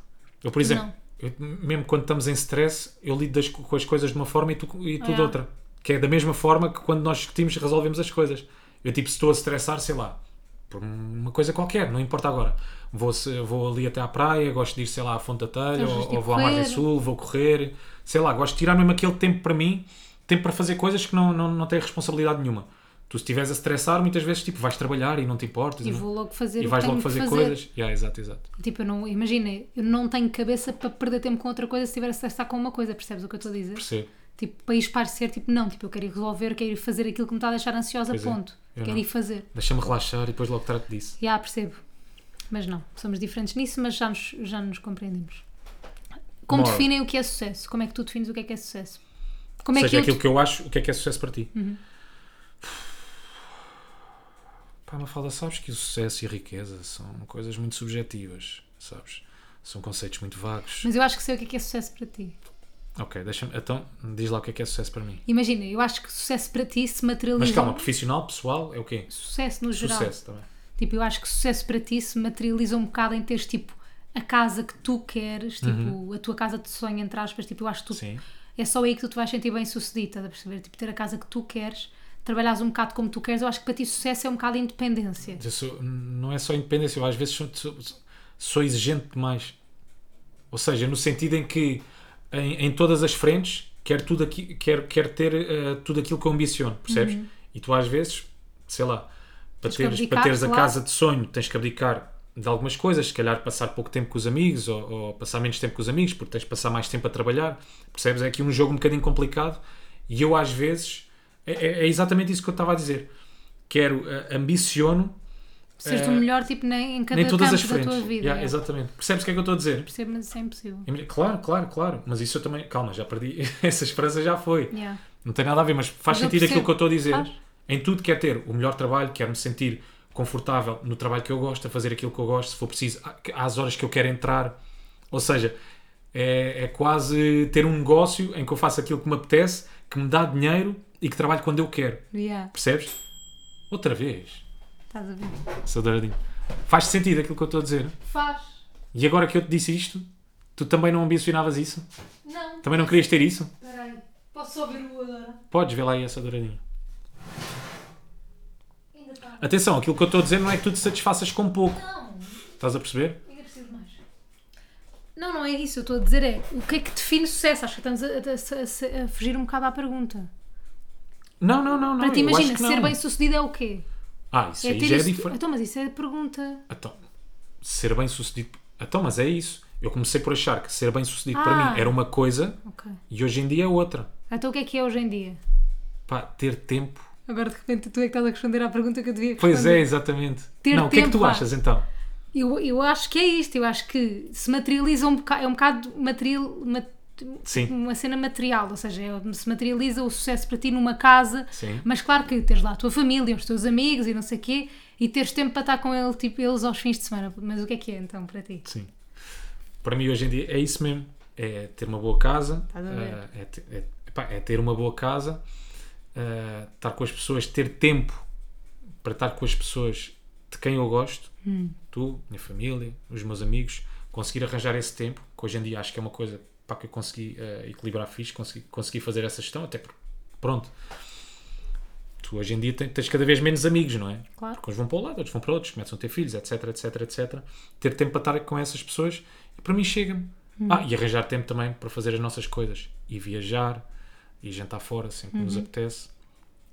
Eu, por exemplo, eu- mesmo quando estamos em stress, eu lido das- com as coisas de uma forma e tu, e tu de Yeah. outra. Que é da mesma forma que quando nós discutimos resolvemos as coisas. Eu, tipo, se estou a estressar, sei lá, por uma coisa qualquer, não importa agora. Vou, se- vou ali até à praia, gosto de ir, sei lá, à Fonte da Telha, Às vezes ou, de ou vou à Margem correr. Sul, vou correr, sei lá, gosto de tirar mesmo aquele tempo para mim, tempo para fazer coisas que não, não, não têm responsabilidade nenhuma. Tu se estiveres a estressar, muitas vezes, tipo, vais trabalhar e não te importas. E não- é? vou logo tipo, fazer e o vais que tenho logo que fazer, fazer. coisas. Yeah, exato, exato. Tipo, eu não, imagina, eu não tenho cabeça para perder tempo com outra coisa se tiver a estressar com uma coisa, percebes o que eu estou a dizer? Percebo. Tipo, para esparecer, tipo, não, tipo, eu quero ir resolver, quero ir fazer aquilo que me está a deixar ansiosa, Pois é, ponto. eu Quero não. ir fazer. Deixa-me relaxar e depois logo trato disso. Já percebo. Mas não, somos diferentes nisso, mas já nos, já nos compreendemos. Como Moral. definem o que é sucesso? Como é que tu defines o que é que é sucesso? Como é que Ou Uhum. seja, eu. aquilo que eu acho, o que é que é sucesso para ti? Pá, Mafalda, sabes que o sucesso e a riqueza são coisas muito subjetivas, sabes? São conceitos muito vagos. Mas eu acho que sei o que é que é sucesso para ti. Ok, deixa-me. Então, diz lá o que é que é sucesso para mim. Imagina, eu acho que sucesso para ti se materializa. Mas calma, profissional, pessoal, é o quê? Sucesso no geral. Sucesso também. Tipo, eu acho que sucesso para ti se materializa um bocado em teres, tipo, a casa que tu queres, tipo, Uhum. a tua casa de sonho, entre aspas. Tipo, eu acho que tu Sim. é só aí que tu te vais sentir bem sucedido, estás a perceber? Tipo, ter a casa que tu queres, trabalhares um bocado como tu queres. Eu acho que para ti sucesso é um bocado independência. Eu sou- não é só independência, eu às vezes sou, sou- sou exigente demais. Ou seja, no sentido em que em, em todas as frentes quero, tudo aqui, quero, quero ter eh, tudo aquilo que eu ambiciono, percebes? E tu às vezes, sei lá, para Uhum. que teres, para abdicar, teres a claro. casa de sonho tens que abdicar de algumas coisas, se calhar passar pouco tempo com os amigos ou, ou passar menos tempo com os amigos porque tens de passar mais tempo a trabalhar, percebes? É aqui um jogo um bocadinho complicado e eu às vezes, é, é- é exatamente isso que eu estava a dizer, quero, eh, ambiciono Seres Eh, o melhor, tipo, nem, em cada nem todas campo as da frentes. tua vida. Yeah, é. Exatamente. Percebes o que é que eu estou a dizer? Percebo, mas isso é impossível. Imagina- Claro, claro, claro. Mas isso eu também. Calma, já perdi. Essa esperança já foi. Yeah. Não tem nada a ver, mas faz Mas eu sentido aquilo percebo. que eu estou a dizer. Faz. Em tudo quer ter o melhor trabalho, quero me sentir confortável no trabalho que eu gosto, a fazer aquilo que eu gosto, se for preciso, à- às horas que eu quero entrar. Ou seja, é, é quase ter um negócio em que eu faço aquilo que me apetece, que me dá dinheiro e que trabalho quando eu quero. Yeah. Percebes? Outra vez, Estás a ver? seu douradinho. Faz sentido aquilo que eu estou a dizer? Faz. E agora que eu te disse isto, tu também não ambicionavas isso? Não, Também não querias ter isso? peraí. Posso ouvir o agora? Podes ver lá aí essa douradinha. Ainda está. Atenção, aquilo que eu estou a dizer não é que tu te satisfaças com pouco. Não, Estás a perceber? ainda preciso de mais. Não, não é isso. Eu estou a dizer é o que é que define sucesso? Acho que estamos a, a- a- a fugir um bocado à pergunta. Não, não, não. não. Para ti, eu acho imagina, que não. ser bem sucedido é o quê? Ah, isso aí ter já é isso- diferente. Então, mas isso é a pergunta. Então, ser bem sucedido. Então, mas é isso. Eu comecei por achar que ser bem sucedido Ah. para mim era uma coisa Ok. e hoje em dia é outra. Então o que é que é hoje em dia? Pá, ter tempo. Agora de repente tu é que estás a responder à pergunta que eu devia Pois é, exatamente. Ter não, o que é que tempo, tu pá. achas então? Eu, eu acho que é isto, eu acho que se materializa um bocado, é um bocado material, mat- Sim. uma cena material, ou seja, é- se materializa o sucesso para ti numa casa, Sim. mas claro que tens lá a tua família, os teus amigos e não sei o quê, e teres tempo para estar com ele, tipo, eles aos fins de semana, mas o que é que é então para ti? Sim. Para mim, hoje em dia, é isso mesmo. É ter uma boa casa. Estás a ver? eh, é, te- é- epá, é ter uma boa casa. eh, estar com as pessoas. Ter tempo para estar com as pessoas de quem eu gosto. Hum. Tu, minha família, os meus amigos. Conseguir arranjar esse tempo. Que hoje em dia acho que é uma coisa para que eu consegui eh, equilibrar fixe. Consegui, consegui fazer essa gestão. Até porque, pronto. Tu hoje em dia te- tens cada vez menos amigos, não é? Claro. Porque uns vão para um lado, outros vão para outros, começam a ter filhos, etc, etc, etc. Ter tempo para estar com essas pessoas, e para mim chega-me. Uhum. Ah, e arranjar tempo também para fazer as nossas coisas. E viajar, e jantar fora, sempre Uhum. que nos apetece.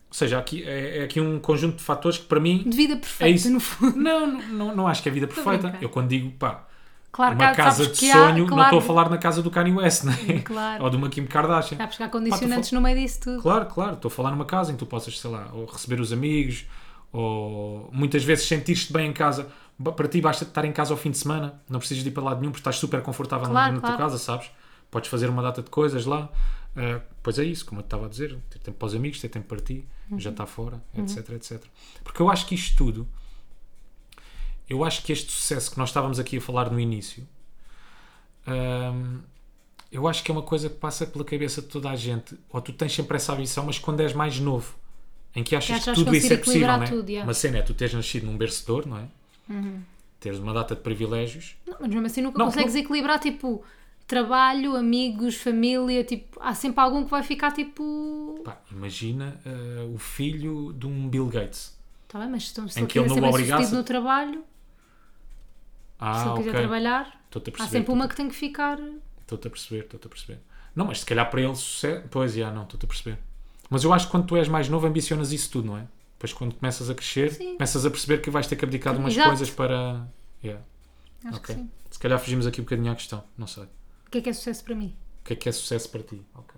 Ou seja, aqui, é, é aqui um conjunto de fatores que para mim... De vida perfeita, É isso. no fundo. Não, não- não, não acho que é a vida a perfeita. brincar. Eu quando digo, pá, Claro uma há- casa sabes de que há, sonho, não claro, estou a falar na casa do Kanye West, né? Claro. Ou de uma Kim Kardashian. Sabes que há condicionantes no meio disso tudo. Claro, claro, estou a falar numa casa em que tu possas, sei lá, ou receber os amigos, ou muitas vezes sentir-te bem em casa. Ba- Para ti basta estar em casa ao fim de semana, não precisas de ir para lado nenhum porque estás super confortável na- Claro, na, claro. tua casa, sabes? Podes fazer uma data de coisas lá. Ah, pois é isso, como eu te estava a dizer, ter tempo para os amigos, ter tempo para ti, já Uhum. está fora, etc, etc. Porque eu acho que isto tudo, eu acho que este sucesso que nós estávamos aqui a falar no início, hum, eu acho que é uma coisa que passa pela cabeça de toda a gente. Ou tu tens sempre essa ambição, mas quando és mais novo, em que achas achas que, tudo isso conseguir é possível, equilibrar não é? tudo, yeah. Uhum. Uma cena é tu teres nascido num bercedor, não é? Teres uma data de privilégios. Não, mas mesmo assim nunca Não, consegues equilibrar, tipo, trabalho, amigos, família, tipo, há sempre algum que vai ficar, tipo... Pá, imagina ah, o filho de um Bill Gates. Está bem, mas então, se Em ele que ele quiser ser não o bem sucedido obrigasse- no trabalho, se Ah, ele ok. quiser trabalhar, Estou-te a há perceber. sempre uma que tem que ficar. Estou-te a perceber, estou-te a perceber. Não, mas se calhar para ele sucesso. Pois, já, não, estou-te a perceber. Mas eu acho que quando tu és mais novo ambicionas isso tudo, não é? Depois quando começas a crescer, Sim. começas a perceber que vais ter que abdicar de umas Exato. coisas para. Yeah, Acho ok. que sim. Se calhar fugimos aqui um bocadinho à questão, não sei. O que é que é sucesso para mim? O que é que é sucesso para ti? Ok.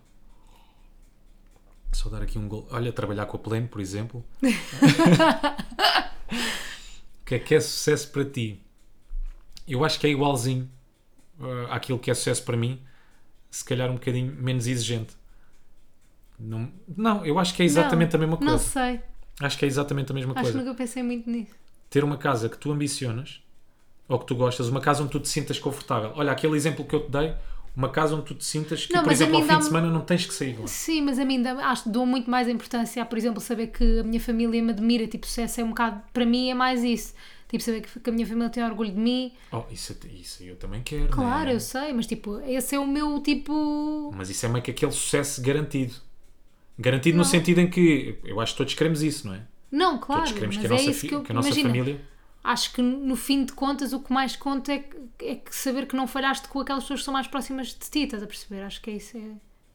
Só dar aqui um gol. Olha, trabalhar com a Pleno, por exemplo. o que é que é sucesso para ti? Eu acho que é igualzinho eh, àquilo que é sucesso para mim, se calhar um bocadinho menos exigente. Não, não eu acho que é exatamente Não, a mesma coisa. Não sei. Acho que é exatamente a mesma Acho que coisa. nunca pensei muito nisso. Ter uma casa que tu ambicionas ou que tu gostas, uma casa onde tu te sintas confortável. Olha, aquele exemplo que eu te dei, uma casa onde tu te sintas que, Não, por mas a exemplo, ao mim fim de dá-me- semana não tens que sair de lá. Sim, mas a mim dá- acho que dou muito mais importância a, por exemplo, saber que a minha família me admira. Tipo, sucesso é um bocado. Para mim é mais isso. Tipo, saber que, que a minha família tem orgulho de mim. Oh, isso, isso eu também quero. Claro, né? eu sei, mas tipo, esse é o meu tipo. Mas isso é meio que aquele sucesso garantido. Garantido no Não. sentido em que eu acho que todos queremos isso, não é? Não, claro, todos queremos mas que a é nossa, isso fi- que eu que a nossa imagino. família. Acho que no fim de contas o que mais conta é, que- é que saber que não falhaste com aquelas pessoas que são mais próximas de ti, estás a perceber? Acho que é isso é,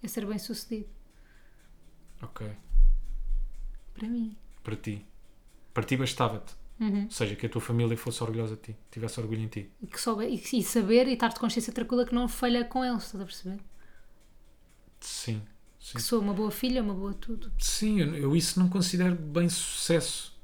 é ser bem sucedido. Ok. Para mim. Para ti. Para ti bastava-te. Ou seja, que a tua família fosse orgulhosa de ti, tivesse orgulho em ti. E, que soube, e, e saber e estar de consciência tranquila que não falha com eles, estás a perceber? Sim. Sim, Que sou uma boa filha, uma boa tudo. Sim, eu, eu isso não considero bem sucesso.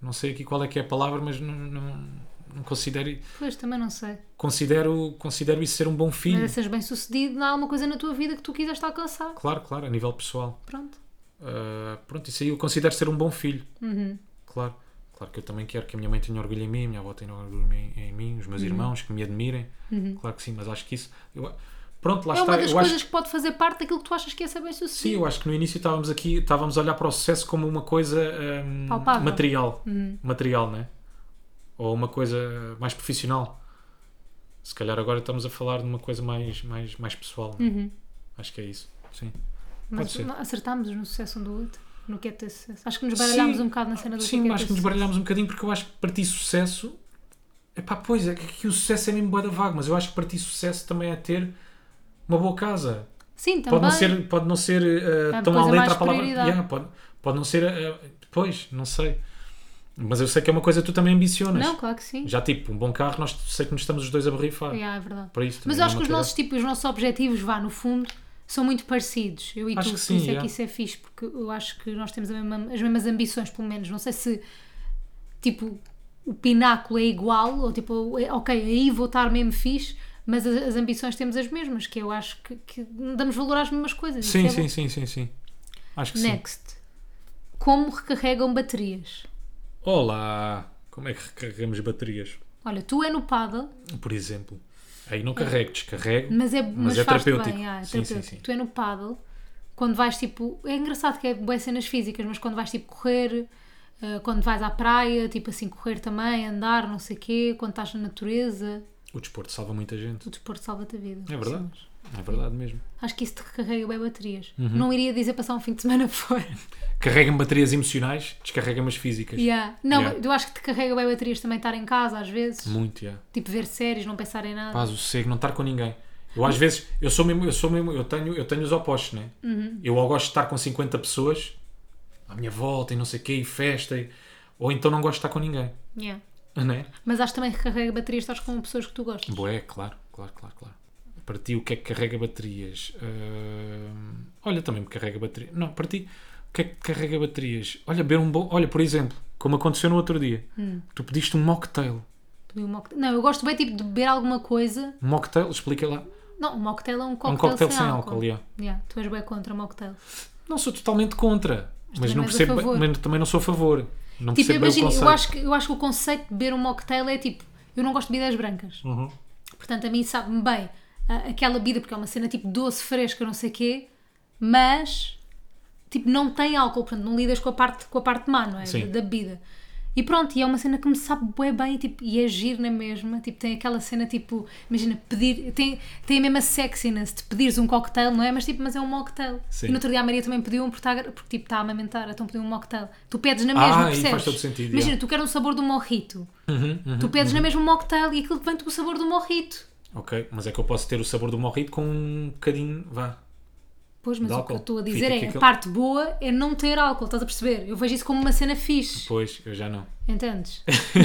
Não sei aqui qual é que é a palavra, mas não, não, não considero. Pois, também não sei. Considero, considero isso ser um bom filho. Mas é assim. seres bem sucedido, há alguma coisa na tua vida que tu quiseste alcançar. Claro, claro, a nível pessoal. Pronto. Uh, pronto, isso aí eu considero ser um bom filho. Uhum. Claro. Claro que eu também quero que a minha mãe tenha orgulho em mim, a minha avó tenha orgulho em, em mim, os meus Uhum. irmãos que me admirem. Claro que sim, mas acho que isso. eu- pronto, lá é está. uma das eu acho coisas que pode fazer parte daquilo que tu achas que é ser bem Sim, sucedido. eu acho que no início estávamos aqui, estávamos a olhar para o sucesso como uma coisa hum, Palpável. material, Uhum. material, né? Ou uma coisa mais profissional. Se calhar agora estamos a falar de uma coisa mais, mais, mais pessoal. Hum. né? Uhum. Acho que é isso. Sim. Mas pode ser. não- acertámos no sucesso um do outro, no que é ter sucesso. Acho que nos baralhámos Sim. um bocado na cena do Sim, que é acho ter que nos sucesso. baralhámos um bocadinho porque eu acho que para ti sucesso. Epá, pois é que aqui o sucesso é mesmo boa da vaga, mas eu acho que para ti sucesso também é ter uma boa casa. Sim, também. É Pode não ser, pode não ser eh, uma tão à coisa letra mais a palavra. prioridade. Yeah, pode, pode não ser. eh, pois, não sei. Mas eu sei que é uma coisa que tu também ambicionas. Não, claro que sim. Já tipo, um bom carro, nós sei que nos estamos os dois a borrifar. Yeah, é verdade. Para isso também Mas é eu acho uma que os qualidade. nossos, tipo, os nossos objetivos, vá, no fundo, são muito parecidos. Eu e Acho tu, que por sim, isso é yeah. que isso é fixe, porque eu acho que nós temos a mesma- as mesmas ambições, pelo menos. Não sei se, tipo, o pináculo é igual, ou tipo, é- ok, aí vou estar mesmo fixe, mas as, as ambições temos as mesmas, que eu acho que, que damos valor às mesmas coisas. isso Sim, é bom. sim, sim, sim, sim. Acho que sim. Next. Como recarregam baterias? Olá! Como é que recarregamos baterias? Olha, tu é no paddle, Por exemplo. Aí não carrego, descarrego. Mas é, Mas mas é faz-te terapêutico. Bem, ah, é Sim, terapêutico. sim, sim. Tu é no paddle, quando vais tipo. É engraçado que é boas cenas físicas, mas quando vais tipo correr, ah, quando vais à praia, tipo assim, correr também, andar, não sei o quê, quando estás na natureza, O desporto salva muita gente. o desporto salva-te a vida. É verdade. É verdade mesmo. Acho que isso te recarrega bem baterias. Uhum. Não iria dizer passar um fim de semana fora. Carrega-me baterias emocionais, descarrega-me as físicas. Yeah. Não, Yeah. mas eu acho que te carrega bem baterias também estar em casa às vezes. Muito, yeah. Tipo ver séries, não pensar em nada. Paz, o sossego, não estar com ninguém. Eu às vezes, eu sou mesmo, eu sou mesmo, eu tenho, eu tenho os opostos, né? Uhum. Eu ou gosto de estar com 50 pessoas à minha volta e não sei o quê, e festa, e- ou então não gosto de estar com ninguém, Yeah. né? Mas acho que também recarrega baterias estás com pessoas que tu gostas. Boé, claro, claro, claro, claro. Para ti, o que é que carrega baterias? Ahm, olha, também me carrega baterias. Não, para ti, o que é que te carrega baterias? Olha, beber um bom. Olha, por exemplo, como aconteceu no outro dia, Hum. tu pediste um mocktail. Pedi um mocktail. Não, eu gosto bem tipo de beber alguma coisa Um mocktail, explica lá. Não, um mocktail é um Um cocktail, cocktail sem álcool, yeah. Yeah, tu és bem contra mocktail. Não sou totalmente contra, mas, também não não és a percebo, favor. mas também não sou a favor. Não Tipo, percebo bem o imagina, conceito. eu acho, que, eu acho que o conceito de beber um mocktail é tipo, eu não gosto de bebidas brancas. Uhum. Portanto, a mim sabe-me bem ah, aquela bebida, porque é uma cena tipo doce, fresca, não sei quê, mas tipo, não tem álcool, portanto, não lidas com a parte, com a parte má, não é? Sim. Da bebida. E pronto, e é uma cena que me sabe bué bem tipo, e é giro na mesma. Tipo, tem aquela cena tipo, imagina, pedir. Tem, tem a mesma sexiness de pedires um cocktail, não é? Mas tipo, mas é um mocktail. E Sim. no outro dia a Maria também pediu um porque, tá, porque tipo, está a amamentar, então pediu um mocktail. Tu pedes na Ah, mesma, e faz percebes? todo sentido, Imagina, yeah. tu queres um sabor do morrito. Uhum, uhum. Tu pedes na mesma um mocktail e aquilo vem-te com o sabor do morrito. Ok, mas é que eu posso ter o sabor do morrito com um bocadinho, vá. Pois, mas De o que eu álcool. estou a Fica dizer que é, a aquilo- parte boa é não ter álcool, estás a perceber? Eu vejo isso como uma cena fixe, Pois, eu já não. entendes?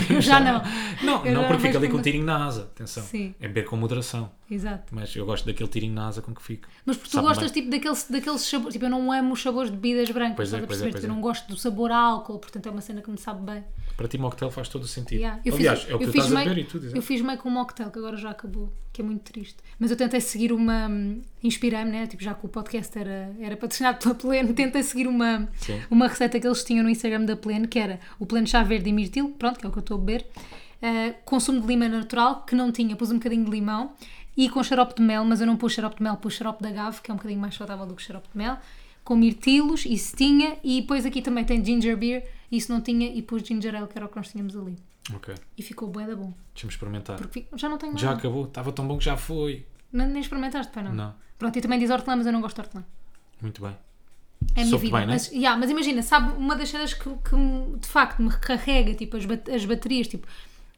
Eu já não. Não, Eu não já vejo porque fica ali com como- um tirinho na asa, atenção. Sim. É beber com moderação. Exato. Mas eu gosto daquele tirinho na asa com que fico. Mas porque tu Sabe gostas bem. tipo daqueles, daqueles sabores, tipo eu não amo os sabores de bebidas brancas, Pois é, estás a pois é, perceber? pois Tipo, eu é. não gosto do sabor a álcool, portanto é uma cena que me sabe bem. Para ti, mocktail faz todo o sentido. Yeah. Eu Aliás, fiz, é o que eu tu fiz estás a meio- beber e tudo. Eu fiz meio com um mocktail que agora já acabou, que é muito triste. Mas eu tentei seguir uma. Inspirei-me, né? Tipo, já que o podcast era, era patrocinado pela Pleno, tentei seguir uma, Sim. uma receita que eles tinham no Instagram da Pleno, que era o Pleno Chá Verde e Mirtilo, pronto, que é o que eu estou a beber. ah, consumo de lima natural, que não tinha, pus um bocadinho de limão e com xarope de mel, mas eu não pus xarope de mel, pus xarope de agave, que é um bocadinho mais saudável do que xarope de mel. Com mirtilos, isso tinha, e depois aqui também tem ginger beer, isso não tinha, e pus ginger ale, que era o que nós tínhamos ali. Ok, E ficou bué da bom. deixa-me experimentar. Porque fi- já não tenho Já nada. acabou, estava tão bom que já foi. Nem, nem experimentaste, pai, não? Não. Pronto, e também diz hortelã, mas eu não gosto de hortelã. Muito bem. É a minha Soube vida. bem, não é? mas, yeah, mas imagina, sabe, uma das cenas que, que me- de facto me recarrega, tipo, as, bat- as baterias, tipo,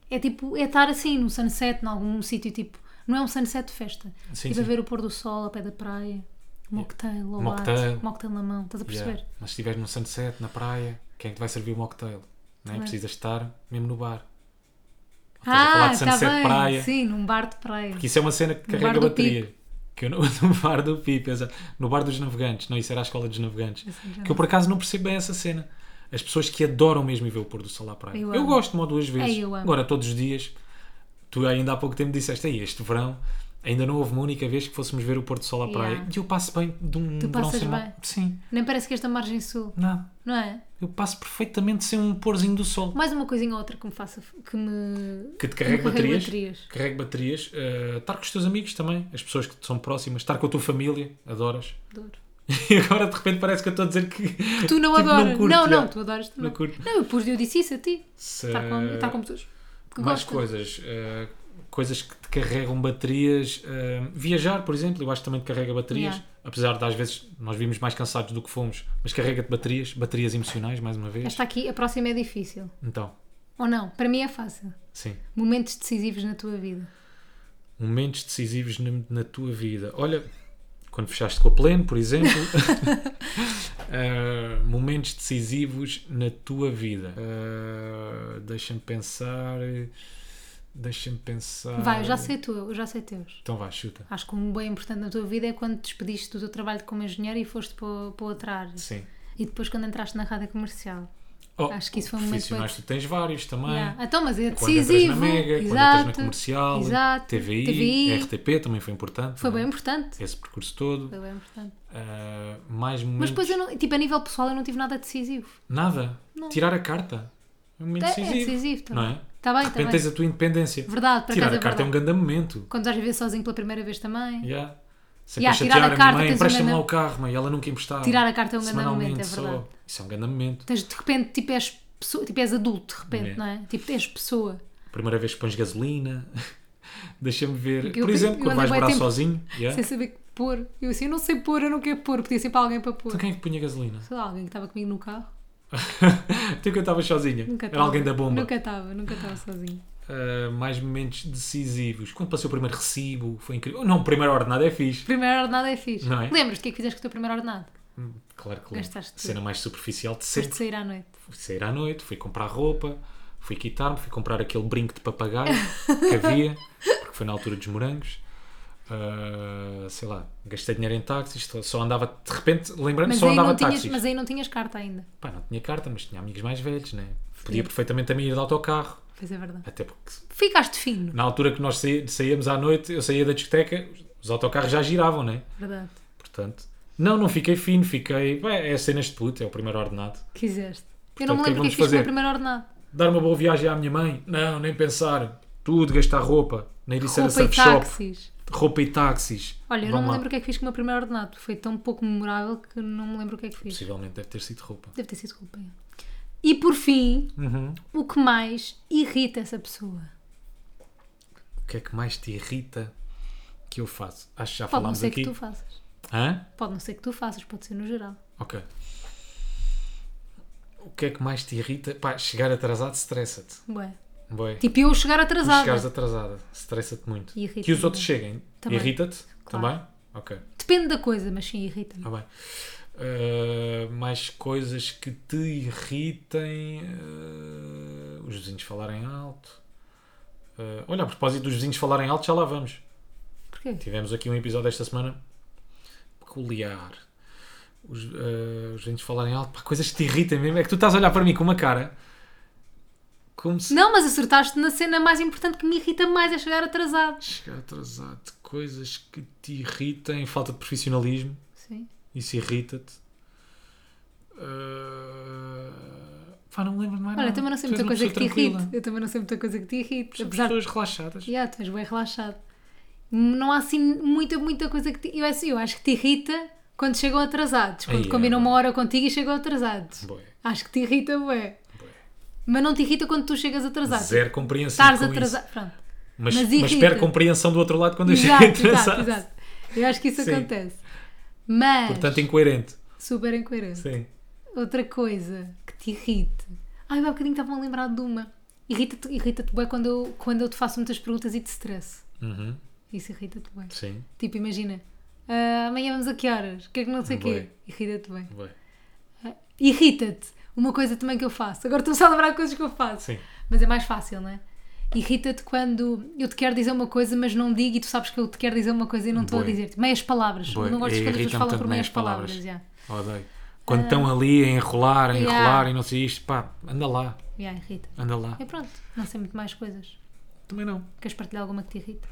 é tipo, é estar assim, num sunset, em algum sítio, tipo, não é um sunset de festa. Sim, tipo, a sim. ver o pôr do sol, a pé da praia, um mocktail, ao Mocktail. lado, mocktail na mão, estás a perceber? Yeah. Mas se estiveres num sunset, na praia, quem é que te vai servir o mocktail? Não é? Claro. Precisas estar mesmo no bar. Estás a falar Ah, de está sunset bem, praia. sim, num bar de praia. Porque isso é uma cena que No carrega bar do bateria. Que eu não, no bar do Pipo, exato. No bar dos navegantes, não, isso era a escola dos navegantes. Assim, já que eu por acaso não percebo bem essa cena. As pessoas que adoram mesmo ir ver o pôr do sol à praia. Eu Eu, amo. gosto de uma ou duas vezes. Ei, eu amo. Agora, todos os dias, tu ainda há pouco tempo disseste, Ei, este verão ainda não houve uma única vez que fôssemos ver o pôr do sol à praia. Yeah. E eu passo bem de um Tu verão passas sem bem? mal. Sim, Nem parece que esta margem sul, nada. não é? Eu passo perfeitamente sem um porzinho do sol. Mais uma coisinha ou outra que me faça, que me que te carregue Carrego baterias. baterias. Carregue baterias. eh, estar com os teus amigos também, as pessoas que te são próximas, estar com a tua família, adoras. adoro. E agora de repente parece que eu estou a dizer que. que Tu não Tipo, adoras. não Não, curto, não, já. tu adoras também. Não Não, curto. eu pus, eu disse isso a ti. Se, Estar com, estar com pessoas que Eh, mais gostam. coisas. eh, coisas que te carregam baterias. eh, viajar, por exemplo, eu acho que também te carrega baterias. Yeah. Apesar de às vezes nós vimos mais cansados do que fomos, mas carrega-te baterias, baterias emocionais, mais uma vez. Esta aqui, a próxima é difícil. Então, Ou não? Para mim é fácil. sim. Momentos decisivos na tua vida. Momentos decisivos na, na tua vida. Olha, quando fechaste com a Pleno, por exemplo. Ah, momentos decisivos na tua vida. Ah, deixa-me pensar. Deixa-me pensar. Vai, eu já sei tu, eu já sei teus. Então vá, chuta. Acho que um bem importante na tua vida é quando te despediste do teu trabalho como engenheiro e foste para, para outra área. Sim. E depois quando entraste na rádio comercial. Oh, Acho que isso foi um momento profissionais, tu tens vários também. Yeah. Então, mas é Quando entras decisivo. na Mega, quando entras na Exato. comercial, Exato. TVI, TVI. RTP também foi importante. Foi não é? bem importante. Esse percurso todo. Foi bem importante. Ah, mais Mas momentos. depois eu não, tipo, a nível pessoal eu não tive nada decisivo. Nada. Tirar a carta. É um momento É, é decisivo. decisivo também. Não é? Tá bem, tá de repente bem. tens a tua independência. Verdade, por Tirar acaso a é carta é um verdade. grande momento. Quando estás a viver sozinho pela primeira vez também. Yeah. Sempre Yeah, tirar a a chatear a, carta, minha mãe, tens um empresta-me lá grande- o carro, mãe, ela nunca emprestava. Tirar a carta é um grande Semanalmente momento, é só. verdade. Isso é um grande momento. Tens, de repente, tipo, és, pessoa, tipo, és adulto, de repente, É. não é? Tipo, és pessoa. Primeira vez que pões gasolina. Deixa-me ver. Eu Por exemplo, tenho- eu quando vais andei bué morar tempo sozinho. Yeah. Sem saber que pôr. Eu assim, eu não sei pôr, eu não quero pôr. Podia ser para alguém para pôr. Então quem é que punha gasolina? Sei lá, alguém que estava comigo no carro. Até que eu estava sozinha. Nunca Era estava. alguém da bomba. Nunca estava, nunca estava sozinho. Ah, mais momentos decisivos. Quando passei o primeiro recibo, foi incrível. Não, o primeiro ordenado é fixe. Primeiro ordenado é fixe. Não é? Lembras-te o que é que fizeste com o teu primeiro ordenado? Claro que lembro. Gastaste tudo. Cena mais superficial de Depois sempre. de sair à noite. fui sair à noite, fui comprar roupa, fui quitar-me, fui comprar aquele brinco de papagaio que havia, porque foi na altura dos morangos. Ah, sei lá, gastei dinheiro em táxis, só- só andava, de repente, lembrando, Mas só aí, andava não de tinhas, táxis. mas aí não tinhas carta ainda. Pá, não tinha carta, mas tinha amigos mais velhos, né? Podia Sim. perfeitamente também ir de autocarro, Pois é verdade. até porque Ficaste fino. na altura que nós saí- saíamos à noite, eu saía da discoteca, os autocarros já giravam, né? Verdade. Portanto, não, não fiquei fino, fiquei, bem, é cenas de puto, é o primeiro ordenado. Quiseste. eu não me Portanto, lembro o o que é que que é que fiz vamos com o meu fazer? primeiro ordenado. dar uma boa viagem à minha mãe? Não, nem pensar. Tudo, gastar roupa. Nem disse era Roupa e surf shop. táxis. Roupa e táxis. Olha, eu não Vamos me lá. lembro o que é que fiz com o meu primeiro ordenado. Foi tão pouco memorável que não me lembro o que é que fiz. Possivelmente deve ter sido roupa. Deve ter sido culpa. é. E por fim, Uhum. o que mais irrita essa pessoa? O que é que mais te irrita que eu faço? Acho que já Pode não falámos ser aqui. que tu faças. Hã? Pode não ser que tu faças, pode ser no geral. Ok. O que é que mais te irrita? Pá, chegar atrasado estressa-te. Ué. Bué. Tipo eu chegar Mas atrasada. chegares atrasada, estressa-te muito. Irrita-me Que os outros muito. cheguem, Também. irrita-te Claro. também? Ok, Depende da coisa, mas sim, irrita-me. está bem. Ah, mais coisas que te irritem, ah, os vizinhos falarem alto. Ah, olha, a propósito dos vizinhos falarem alto, já lá vamos. Porquê? Tivemos aqui um episódio esta semana peculiar. Os, eh, os vizinhos falarem alto, pá, coisas que te irritem mesmo. É que tu estás a olhar para mim com uma cara como se Não, mas acertaste na cena mais importante que me irrita mais é chegar atrasado. chegar atrasado. Coisas que te irritem, falta de profissionalismo, Sim. isso irrita-te. Eh, Pá, não me lembro de mais Olha, nada. eu também não sei Tu és muita uma coisa que pessoa te irrita. tranquila. Eu também não sei muita coisa que te irrita. Somos Apesar de pessoas relaxadas. yeah, tu és bem relaxado. Não há assim muita, muita coisa que te. Eu, acho- eu acho que te irrita quando chegam atrasados. Quando Ai, é, combinam bué. uma hora contigo e chegam atrasados. Bué, Acho que te irrita, ué. bué. Mas não te irrita quando tu chegas atrasado. Zero compreensão. Estás com isso. atrasado. Pronto. Mas, Mas mas, irrita. espero compreensão do outro lado quando eu Exato, chego exato, atrasado. exato. Eu acho que isso Sim. acontece. Mas. Portanto, incoerente. Super incoerente. Sim. Outra coisa que te irrite. Ai, eu há bocadinho estava-me a lembrar de uma. Irrita-te irrita bem quando eu, quando eu te faço muitas perguntas e te stress. Uhum. Isso irrita-te bem. Sim. Tipo, imagina. "Ah, amanhã vamos a que horas? O que é que não sei o quê? Bué. Irrita-te bem. Bué. Irrita-te. Uma coisa também que eu faço. Agora estou-me só a lembrar de coisas que eu faço. Sim. Mas é mais fácil, não é? Irrita-te quando eu te quero dizer uma coisa, mas não digo e tu sabes que eu te quero dizer uma coisa e não estou a Bué. dizer. Tipo, Meias palavras. Bué. Não gosto de quando as pessoas É Irrita-me falam tanto por meias meias palavras. palavras. já. Odeio. Quando estão ali a enrolar, a enrolar Ah. yeah. e não sei isto, pá, anda lá, Já, irrita. anda lá. E pronto, não sei muito mais coisas. Também não. Queres partilhar alguma que te irrita?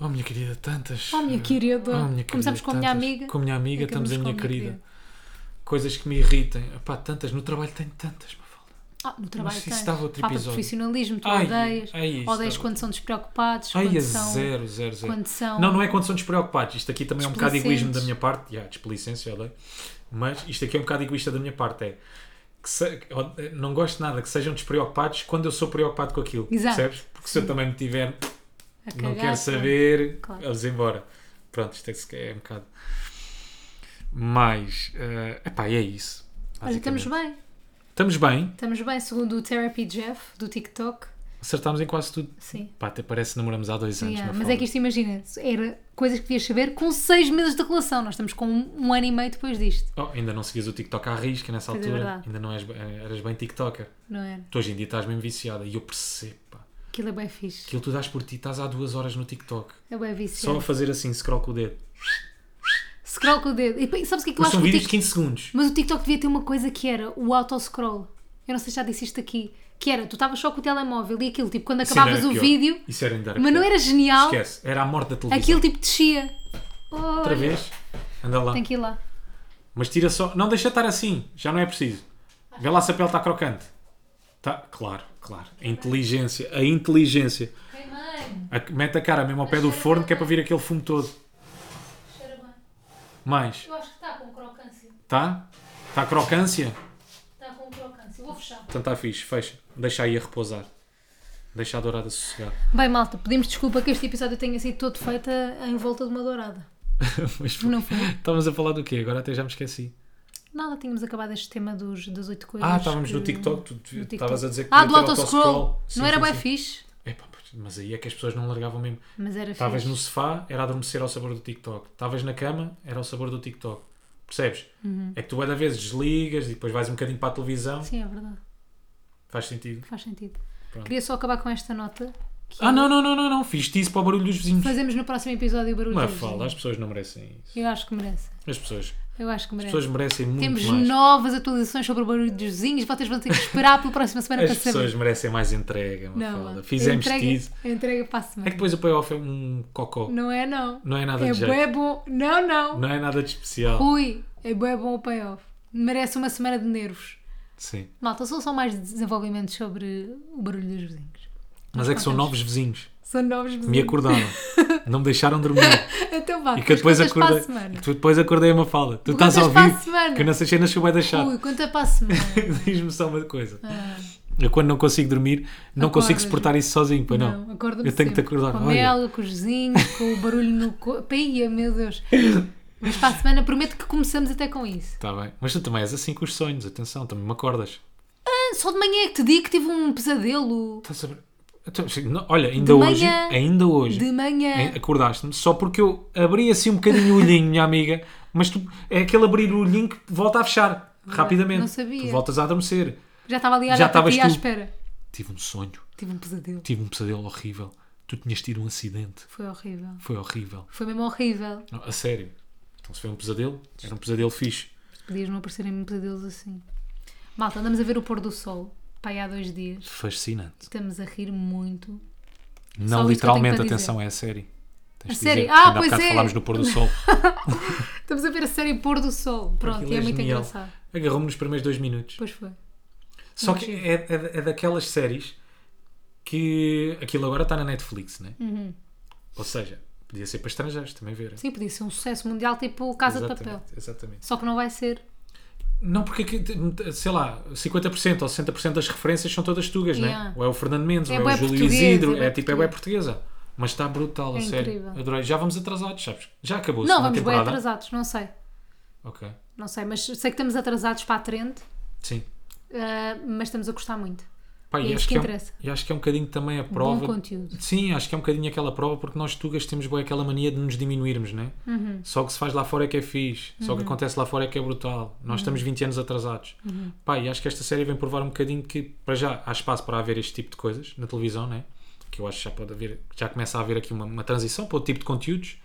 Oh, minha querida, tantas. Oh, minha eh, querida. oh, minha querida, Começamos com a minha tantas. amiga. Com a minha amiga, estamos a Acabamos minha com a minha querida. Coisas que me irritem. Pá, tantas. No trabalho tenho tantas, Mafalda. Ah, no trabalho sei se tens. dava outro Falta de episódio. profissionalismo, tu Ai, odeias. ai, isso odeias dava quando são despreocupados, é Ai, quando a são... zero, zero, zero. quando são- Não, não é quando são despreocupados. Isto aqui também é um bocado Desplicentes. egoísmo da minha parte. Yeah, desplicência, odeio. Mas isto aqui é um bocado egoísta da minha parte. É que se- que ode- não gosto de nada que sejam despreocupados quando eu sou preocupado com aquilo. Exato. Percebes? Porque se eu também me A tiver, não cagar, quero pronto. saber, Claro. eles embora. Pronto, isto é, que se- é um bocado. Mas, eh, epá, é isso. Olha, estamos basicamente. bem. Estamos bem, Estamos bem, segundo o Therapy Jeff, do TikTok. acertámos em quase tudo. Sim. Pá, até parece que namoramos há dois anos. Yeah, na Mas foda. é que isto, imagina, era coisas que devias saber com seis meses de relação. Nós estamos com um, um ano e meio depois disto, Oh, ainda não seguias o TikTok à risca nessa Pois é altura. verdade. ainda não és, bem- eh, eras bem TikToker. não era? Tu hoje em dia estás mesmo viciada e eu percebo, pá. Aquilo é bem fixe. Aquilo tu dás por ti, estás há duas horas no TikTok. É bem Só a viciante. fazer assim, scroll com o dedo. Scroll com o dedo. E depois, sabes o que é que eu Mas acho são que o vídeos de Tik- 15 segundos. Mas o TikTok devia ter uma coisa que era o auto-scroll. Eu não sei se já disse isto aqui. Que era, tu estavas só com o telemóvel e aquilo, tipo, quando Isso ainda acabavas era o pior. vídeo, Isso era ainda mas não pior. era genial, Esquece, era a morte da televisão. aquilo tipo descia. Outra Outra vez, anda lá. Tem que ir lá. Mas tira só. Não deixa estar assim, já não é preciso. Vê lá se a pele está crocante. Tá, claro, claro. A inteligência, a inteligência. A- mete a cara mesmo ao pé do forno que é para vir aquele fumo todo. Mais, Eu acho que está com crocância. tá? Está crocância? Está com crocância. Vou fechar. Então está fixe, fecha. Deixa aí a repousar. Deixa a dourada sossegar. Bem, malta, pedimos desculpa que este episódio tenha sido todo feito em volta de uma dourada. Mas Não foi. estávamos a falar do quê? Agora até já me esqueci. Nada, tínhamos acabado este tema dos, das oito coisas. Ah, estávamos no que- TikTok, tu do tu TikTok. estavas a dizer que Ah, do devia ter autoscroll. Sim, Não era sim, bem sim. fixe, Epá, mas aí é que as pessoas não largavam mesmo. mas era Estavas fixe. no sofá, era adormecer ao sabor do TikTok. Estavas na cama, era ao sabor do TikTok. Percebes? Uhum. É que tu às vezes desligas e depois vais um bocadinho para a televisão. Sim, é verdade. Faz sentido. Faz sentido. Pronto. Queria só acabar com esta nota. que Ah, não, não, não, não, não. Fiz-te isso para o barulho dos vizinhos. Fazemos no próximo episódio o barulho. Não é dos fala, vizinhos. as pessoas não merecem isso. Eu acho que merece. As pessoas, Eu acho que as merece. pessoas merecem muito Temos mais. novas atualizações sobre o barulho dos vizinhos. Vocês vão ter que esperar pela próxima semana As para saber. pessoas merecem mais entrega, Mafalda. a Fizemos entrega, isso. A entrega para a É que semana. depois o payoff é um cocó. Não, Não é, não. é nada É de jeito. bué bom. Não, não. Não é nada de especial. Ui, é bué bom o payoff. Merece uma semana de nervos. Sim. Malta, são só mais desenvolvimentos sobre o barulho dos vizinhos. Mas é que são contamos. novos vizinhos. São novos vizinhos. Me acordaram. não me deixaram dormir. Então vá, E que eu depois para a acordei. semana. e que depois acordei uma fala. Tu Contas estás a para a ouvir semana. que eu nessas cenas sou bué da chato. Ui, Ah. conta para a semana. Diz-me só uma coisa. Eu quando não consigo dormir, não consigo Acordas. suportar isso sozinho, pois não. Não, acorda-me Eu tenho que te sempre. acordar. Com a Olha. mel, com os vizinhos, com o barulho no corpo. Paia, meu Deus. Mas para a semana prometo que começamos até com isso. Tá bem. Mas tu também és assim com os sonhos, atenção, também me acordas. Ah, Só de manhã é que te digo que tive um pesadelo. Estás a ver? Então, não, Olha, ainda hoje, manhã. ainda hoje, De manhã. em- acordaste-me só porque eu abri assim um bocadinho o olhinho, minha amiga, mas tu é aquele abrir o olhinho que volta a fechar rapidamente. não sabia. Tu voltas a adormecer. Já estava ali a Já olhar para estavas ti à tu. espera. Tive um sonho, Tive um pesadelo. tive um pesadelo horrível. Tu tinhas tido um acidente. Foi horrível. Foi horrível. Foi mesmo horrível. Não, a sério. Então se foi um pesadelo, era um pesadelo fixe. Podias não aparecerem pesadelos assim. Malta, andamos a ver o pôr do sol. Pai, há dois dias. Fascinante. Estamos a rir muito. Não Só isto que eu tenho literalmente, para dizer. atenção, é a série. Tens A de série? dizer, Ah, porque ainda há pois bocado é. falámos do pôr do sol. Estamos a ver a série Pôr do Sol. Pronto, Aquilo e é, é muito genial. engraçado. Agarrou-me nos primeiros dois minutos. Pois foi. Só que é, é- é daquelas séries que aquilo agora está na Netflix, né? Ou seja, podia ser para estrangeiros também verem. Uhum. Sim, podia ser um sucesso mundial tipo Casa de Papel. Exatamente, exatamente. Só que não vai ser. Não, porque, aqui- sei lá, 50% ou 60% das referências são todas tugas, Yeah. né? Ou é o Fernando Mendes, É ou é bué o Júlio português, é Isidro, bué é, tipo, é bué portuguesa. Mas está brutal, a É sério. incrível. Adorei. Já vamos atrasados, sabes? Já acabou a não, segunda vamos bem temporada. atrasados, não sei. Ok. Não sei, mas sei que estamos atrasados para a trend, Sim. ah, mas estamos a gostar muito. Pá, É e, isso que acho que é um- interessa. e acho que é um bocadinho também a prova. conteúdo. Sim, acho que é um bocadinho aquela prova, porque nós tugas temos bem aquela mania de nos diminuirmos, né? Uhum. Só o que se faz lá fora é que é fixe, só o que acontece lá fora é que é brutal. Uhum. Nós estamos 20 anos atrasados. Pá, e acho que esta série vem provar um bocadinho que, para já, há espaço para haver este tipo de coisas na televisão, né? Que eu acho que já pode haver, já começa a haver aqui uma, uma transição para outro tipo de conteúdos,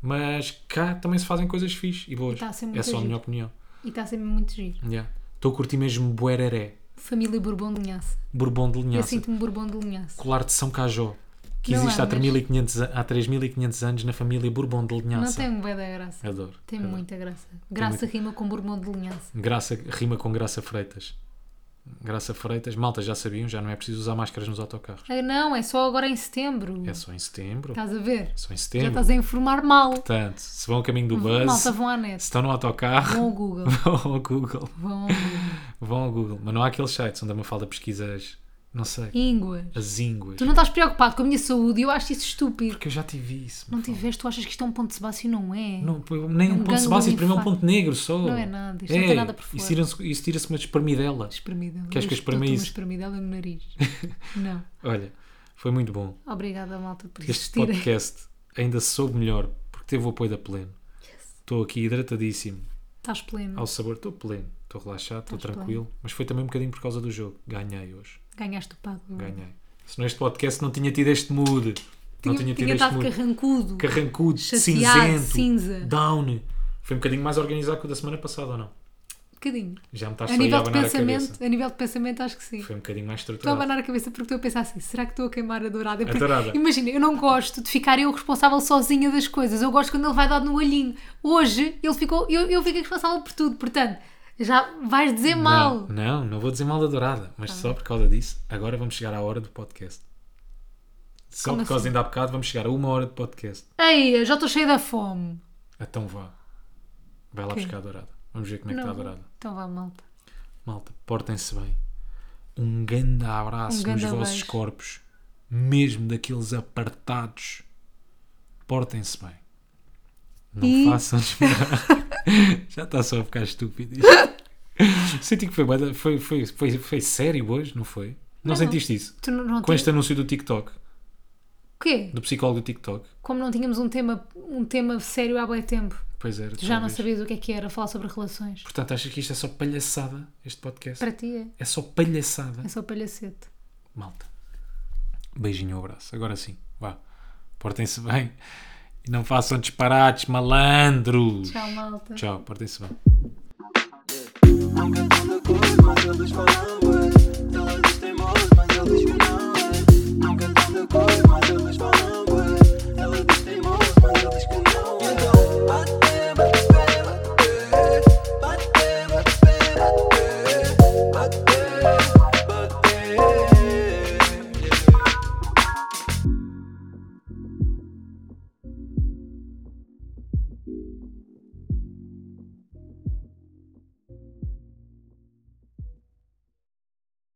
mas cá também se fazem coisas fixe e boas. Está tá a ser muito é só a giro. minha opinião. E está sempre muito giro. Yeah. Estou a curtir mesmo Bueraré, Família Bourbon de Linhaça. Bourbon de Eu Linhaça sinto-me Bourbon de Linhaça. colar de São Cajó, que Não existe há, há, mas- 3500 a- há 3.500 anos na família Bourbon de Não Linhaça. É. tem bué da graça. Adoro. Tem adoro. muita graça. Graça rima com Bourbon de Linhaça. Graça, rima com Graça Freitas. Graça Freitas, malta já sabiam, já não é preciso usar máscaras nos autocarros. Ah, Não, é só agora em setembro. É só em setembro. Estás a ver? Só em Tá. Já setembro. estás a informar mal. Portanto, se vão ao caminho do bus, Malta, se vão à net. estão no autocarro, Vão ao Google. vão ao Google. Vão ao Google. Vão ao Google. Mas não há aqueles sites onde a Mafalda pesquisa as, não sei, Ínguas. as ínguas. Tu não estás preocupado com a minha saúde e eu acho isso estúpido. Porque eu já tive isso. Não Mafalda. tiveste, tu achas que isto é um ponto de Sebácio? Não é. Não, pô, nem um um ponto gangue Sebastião, do primeiro é um infarto. ponto negro só. Não é nada, isto não tem nada por fora. Isso tira-se isso tira-se uma despermidela. Espremida. Queres que eu esprema Dou-te uma isso? espremidela no nariz. não. Olha, foi muito bom. Obrigada, malta, por Este existirem. podcast ainda soube melhor porque teve o apoio da Pleno. Estou aqui hidratadíssimo, Estás pleno. ao sabor. Estou pleno, estou relaxado, estou Estás tranquilo. Mas foi também um bocadinho por causa do jogo. Ganhei hoje. Ganhaste o pago. Ganhei. Senão este podcast não tinha tido este mood. não Tinha, tinha, tinha tido este estado mood. carrancudo. Carrancudo, Chateado, cinzento, cinza. down. Foi um bocadinho mais organizado que o da semana passada ou não? um Bocadinho. Já me estás A só aí a nível de abanar a cabeça. pensamento, a nível de pensamento, acho que sim. Foi um bocadinho mais Estou a estruturado. abanar a cabeça porque estou a pensar assim: será que estou a queimar a dourada? Porque, dourada. Imagina, eu não gosto de ficar eu responsável sozinha das coisas. Eu gosto quando ele vai dar no olhinho. Hoje ele ficou, eu, eu fico responsável por tudo. Portanto, já vais dizer é um mal. Ah. Não, não, não vou dizer mal da dourada, mas só por causa disso, agora vamos chegar à hora do podcast. Só Como por causa assim? ainda há bocado vamos chegar a uma hora de podcast. Ei, eu já estou cheia da fome. Então vá. Vai lá buscar a dourada. Vamos ver como é que está a dourada. Então vá, malta. Malta, portem-se bem. Um grande abraço Um grande nos vossos beijo. corpos, mesmo daqueles apartados. Portem-se bem. Não E- façam esperar. Já está só a ficar estúpido isto. Senti que foi, bué- foi, foi, foi, foi sério hoje, não foi? Não, Não. sentiste isso? Tu não, não Com tinha- este anúncio do TikTok, O quê? do psicólogo do TikTok. Como não tínhamos um tema, um tema sério há bem tempo, Pois era. já não talvez. sabias o que é que era falar sobre relações. Portanto, achas que isto é só palhaçada, este podcast? Para ti é, É só palhaçada. é só palhacete. Malta. Beijinho, um abraço. Agora sim, vá. Portem-se bem e não façam disparates, malandros. Tchau, malta. Tchau, portem-se bem. Nunca tão de cor, mas eles falaram, ué. Todas têm mas eles não.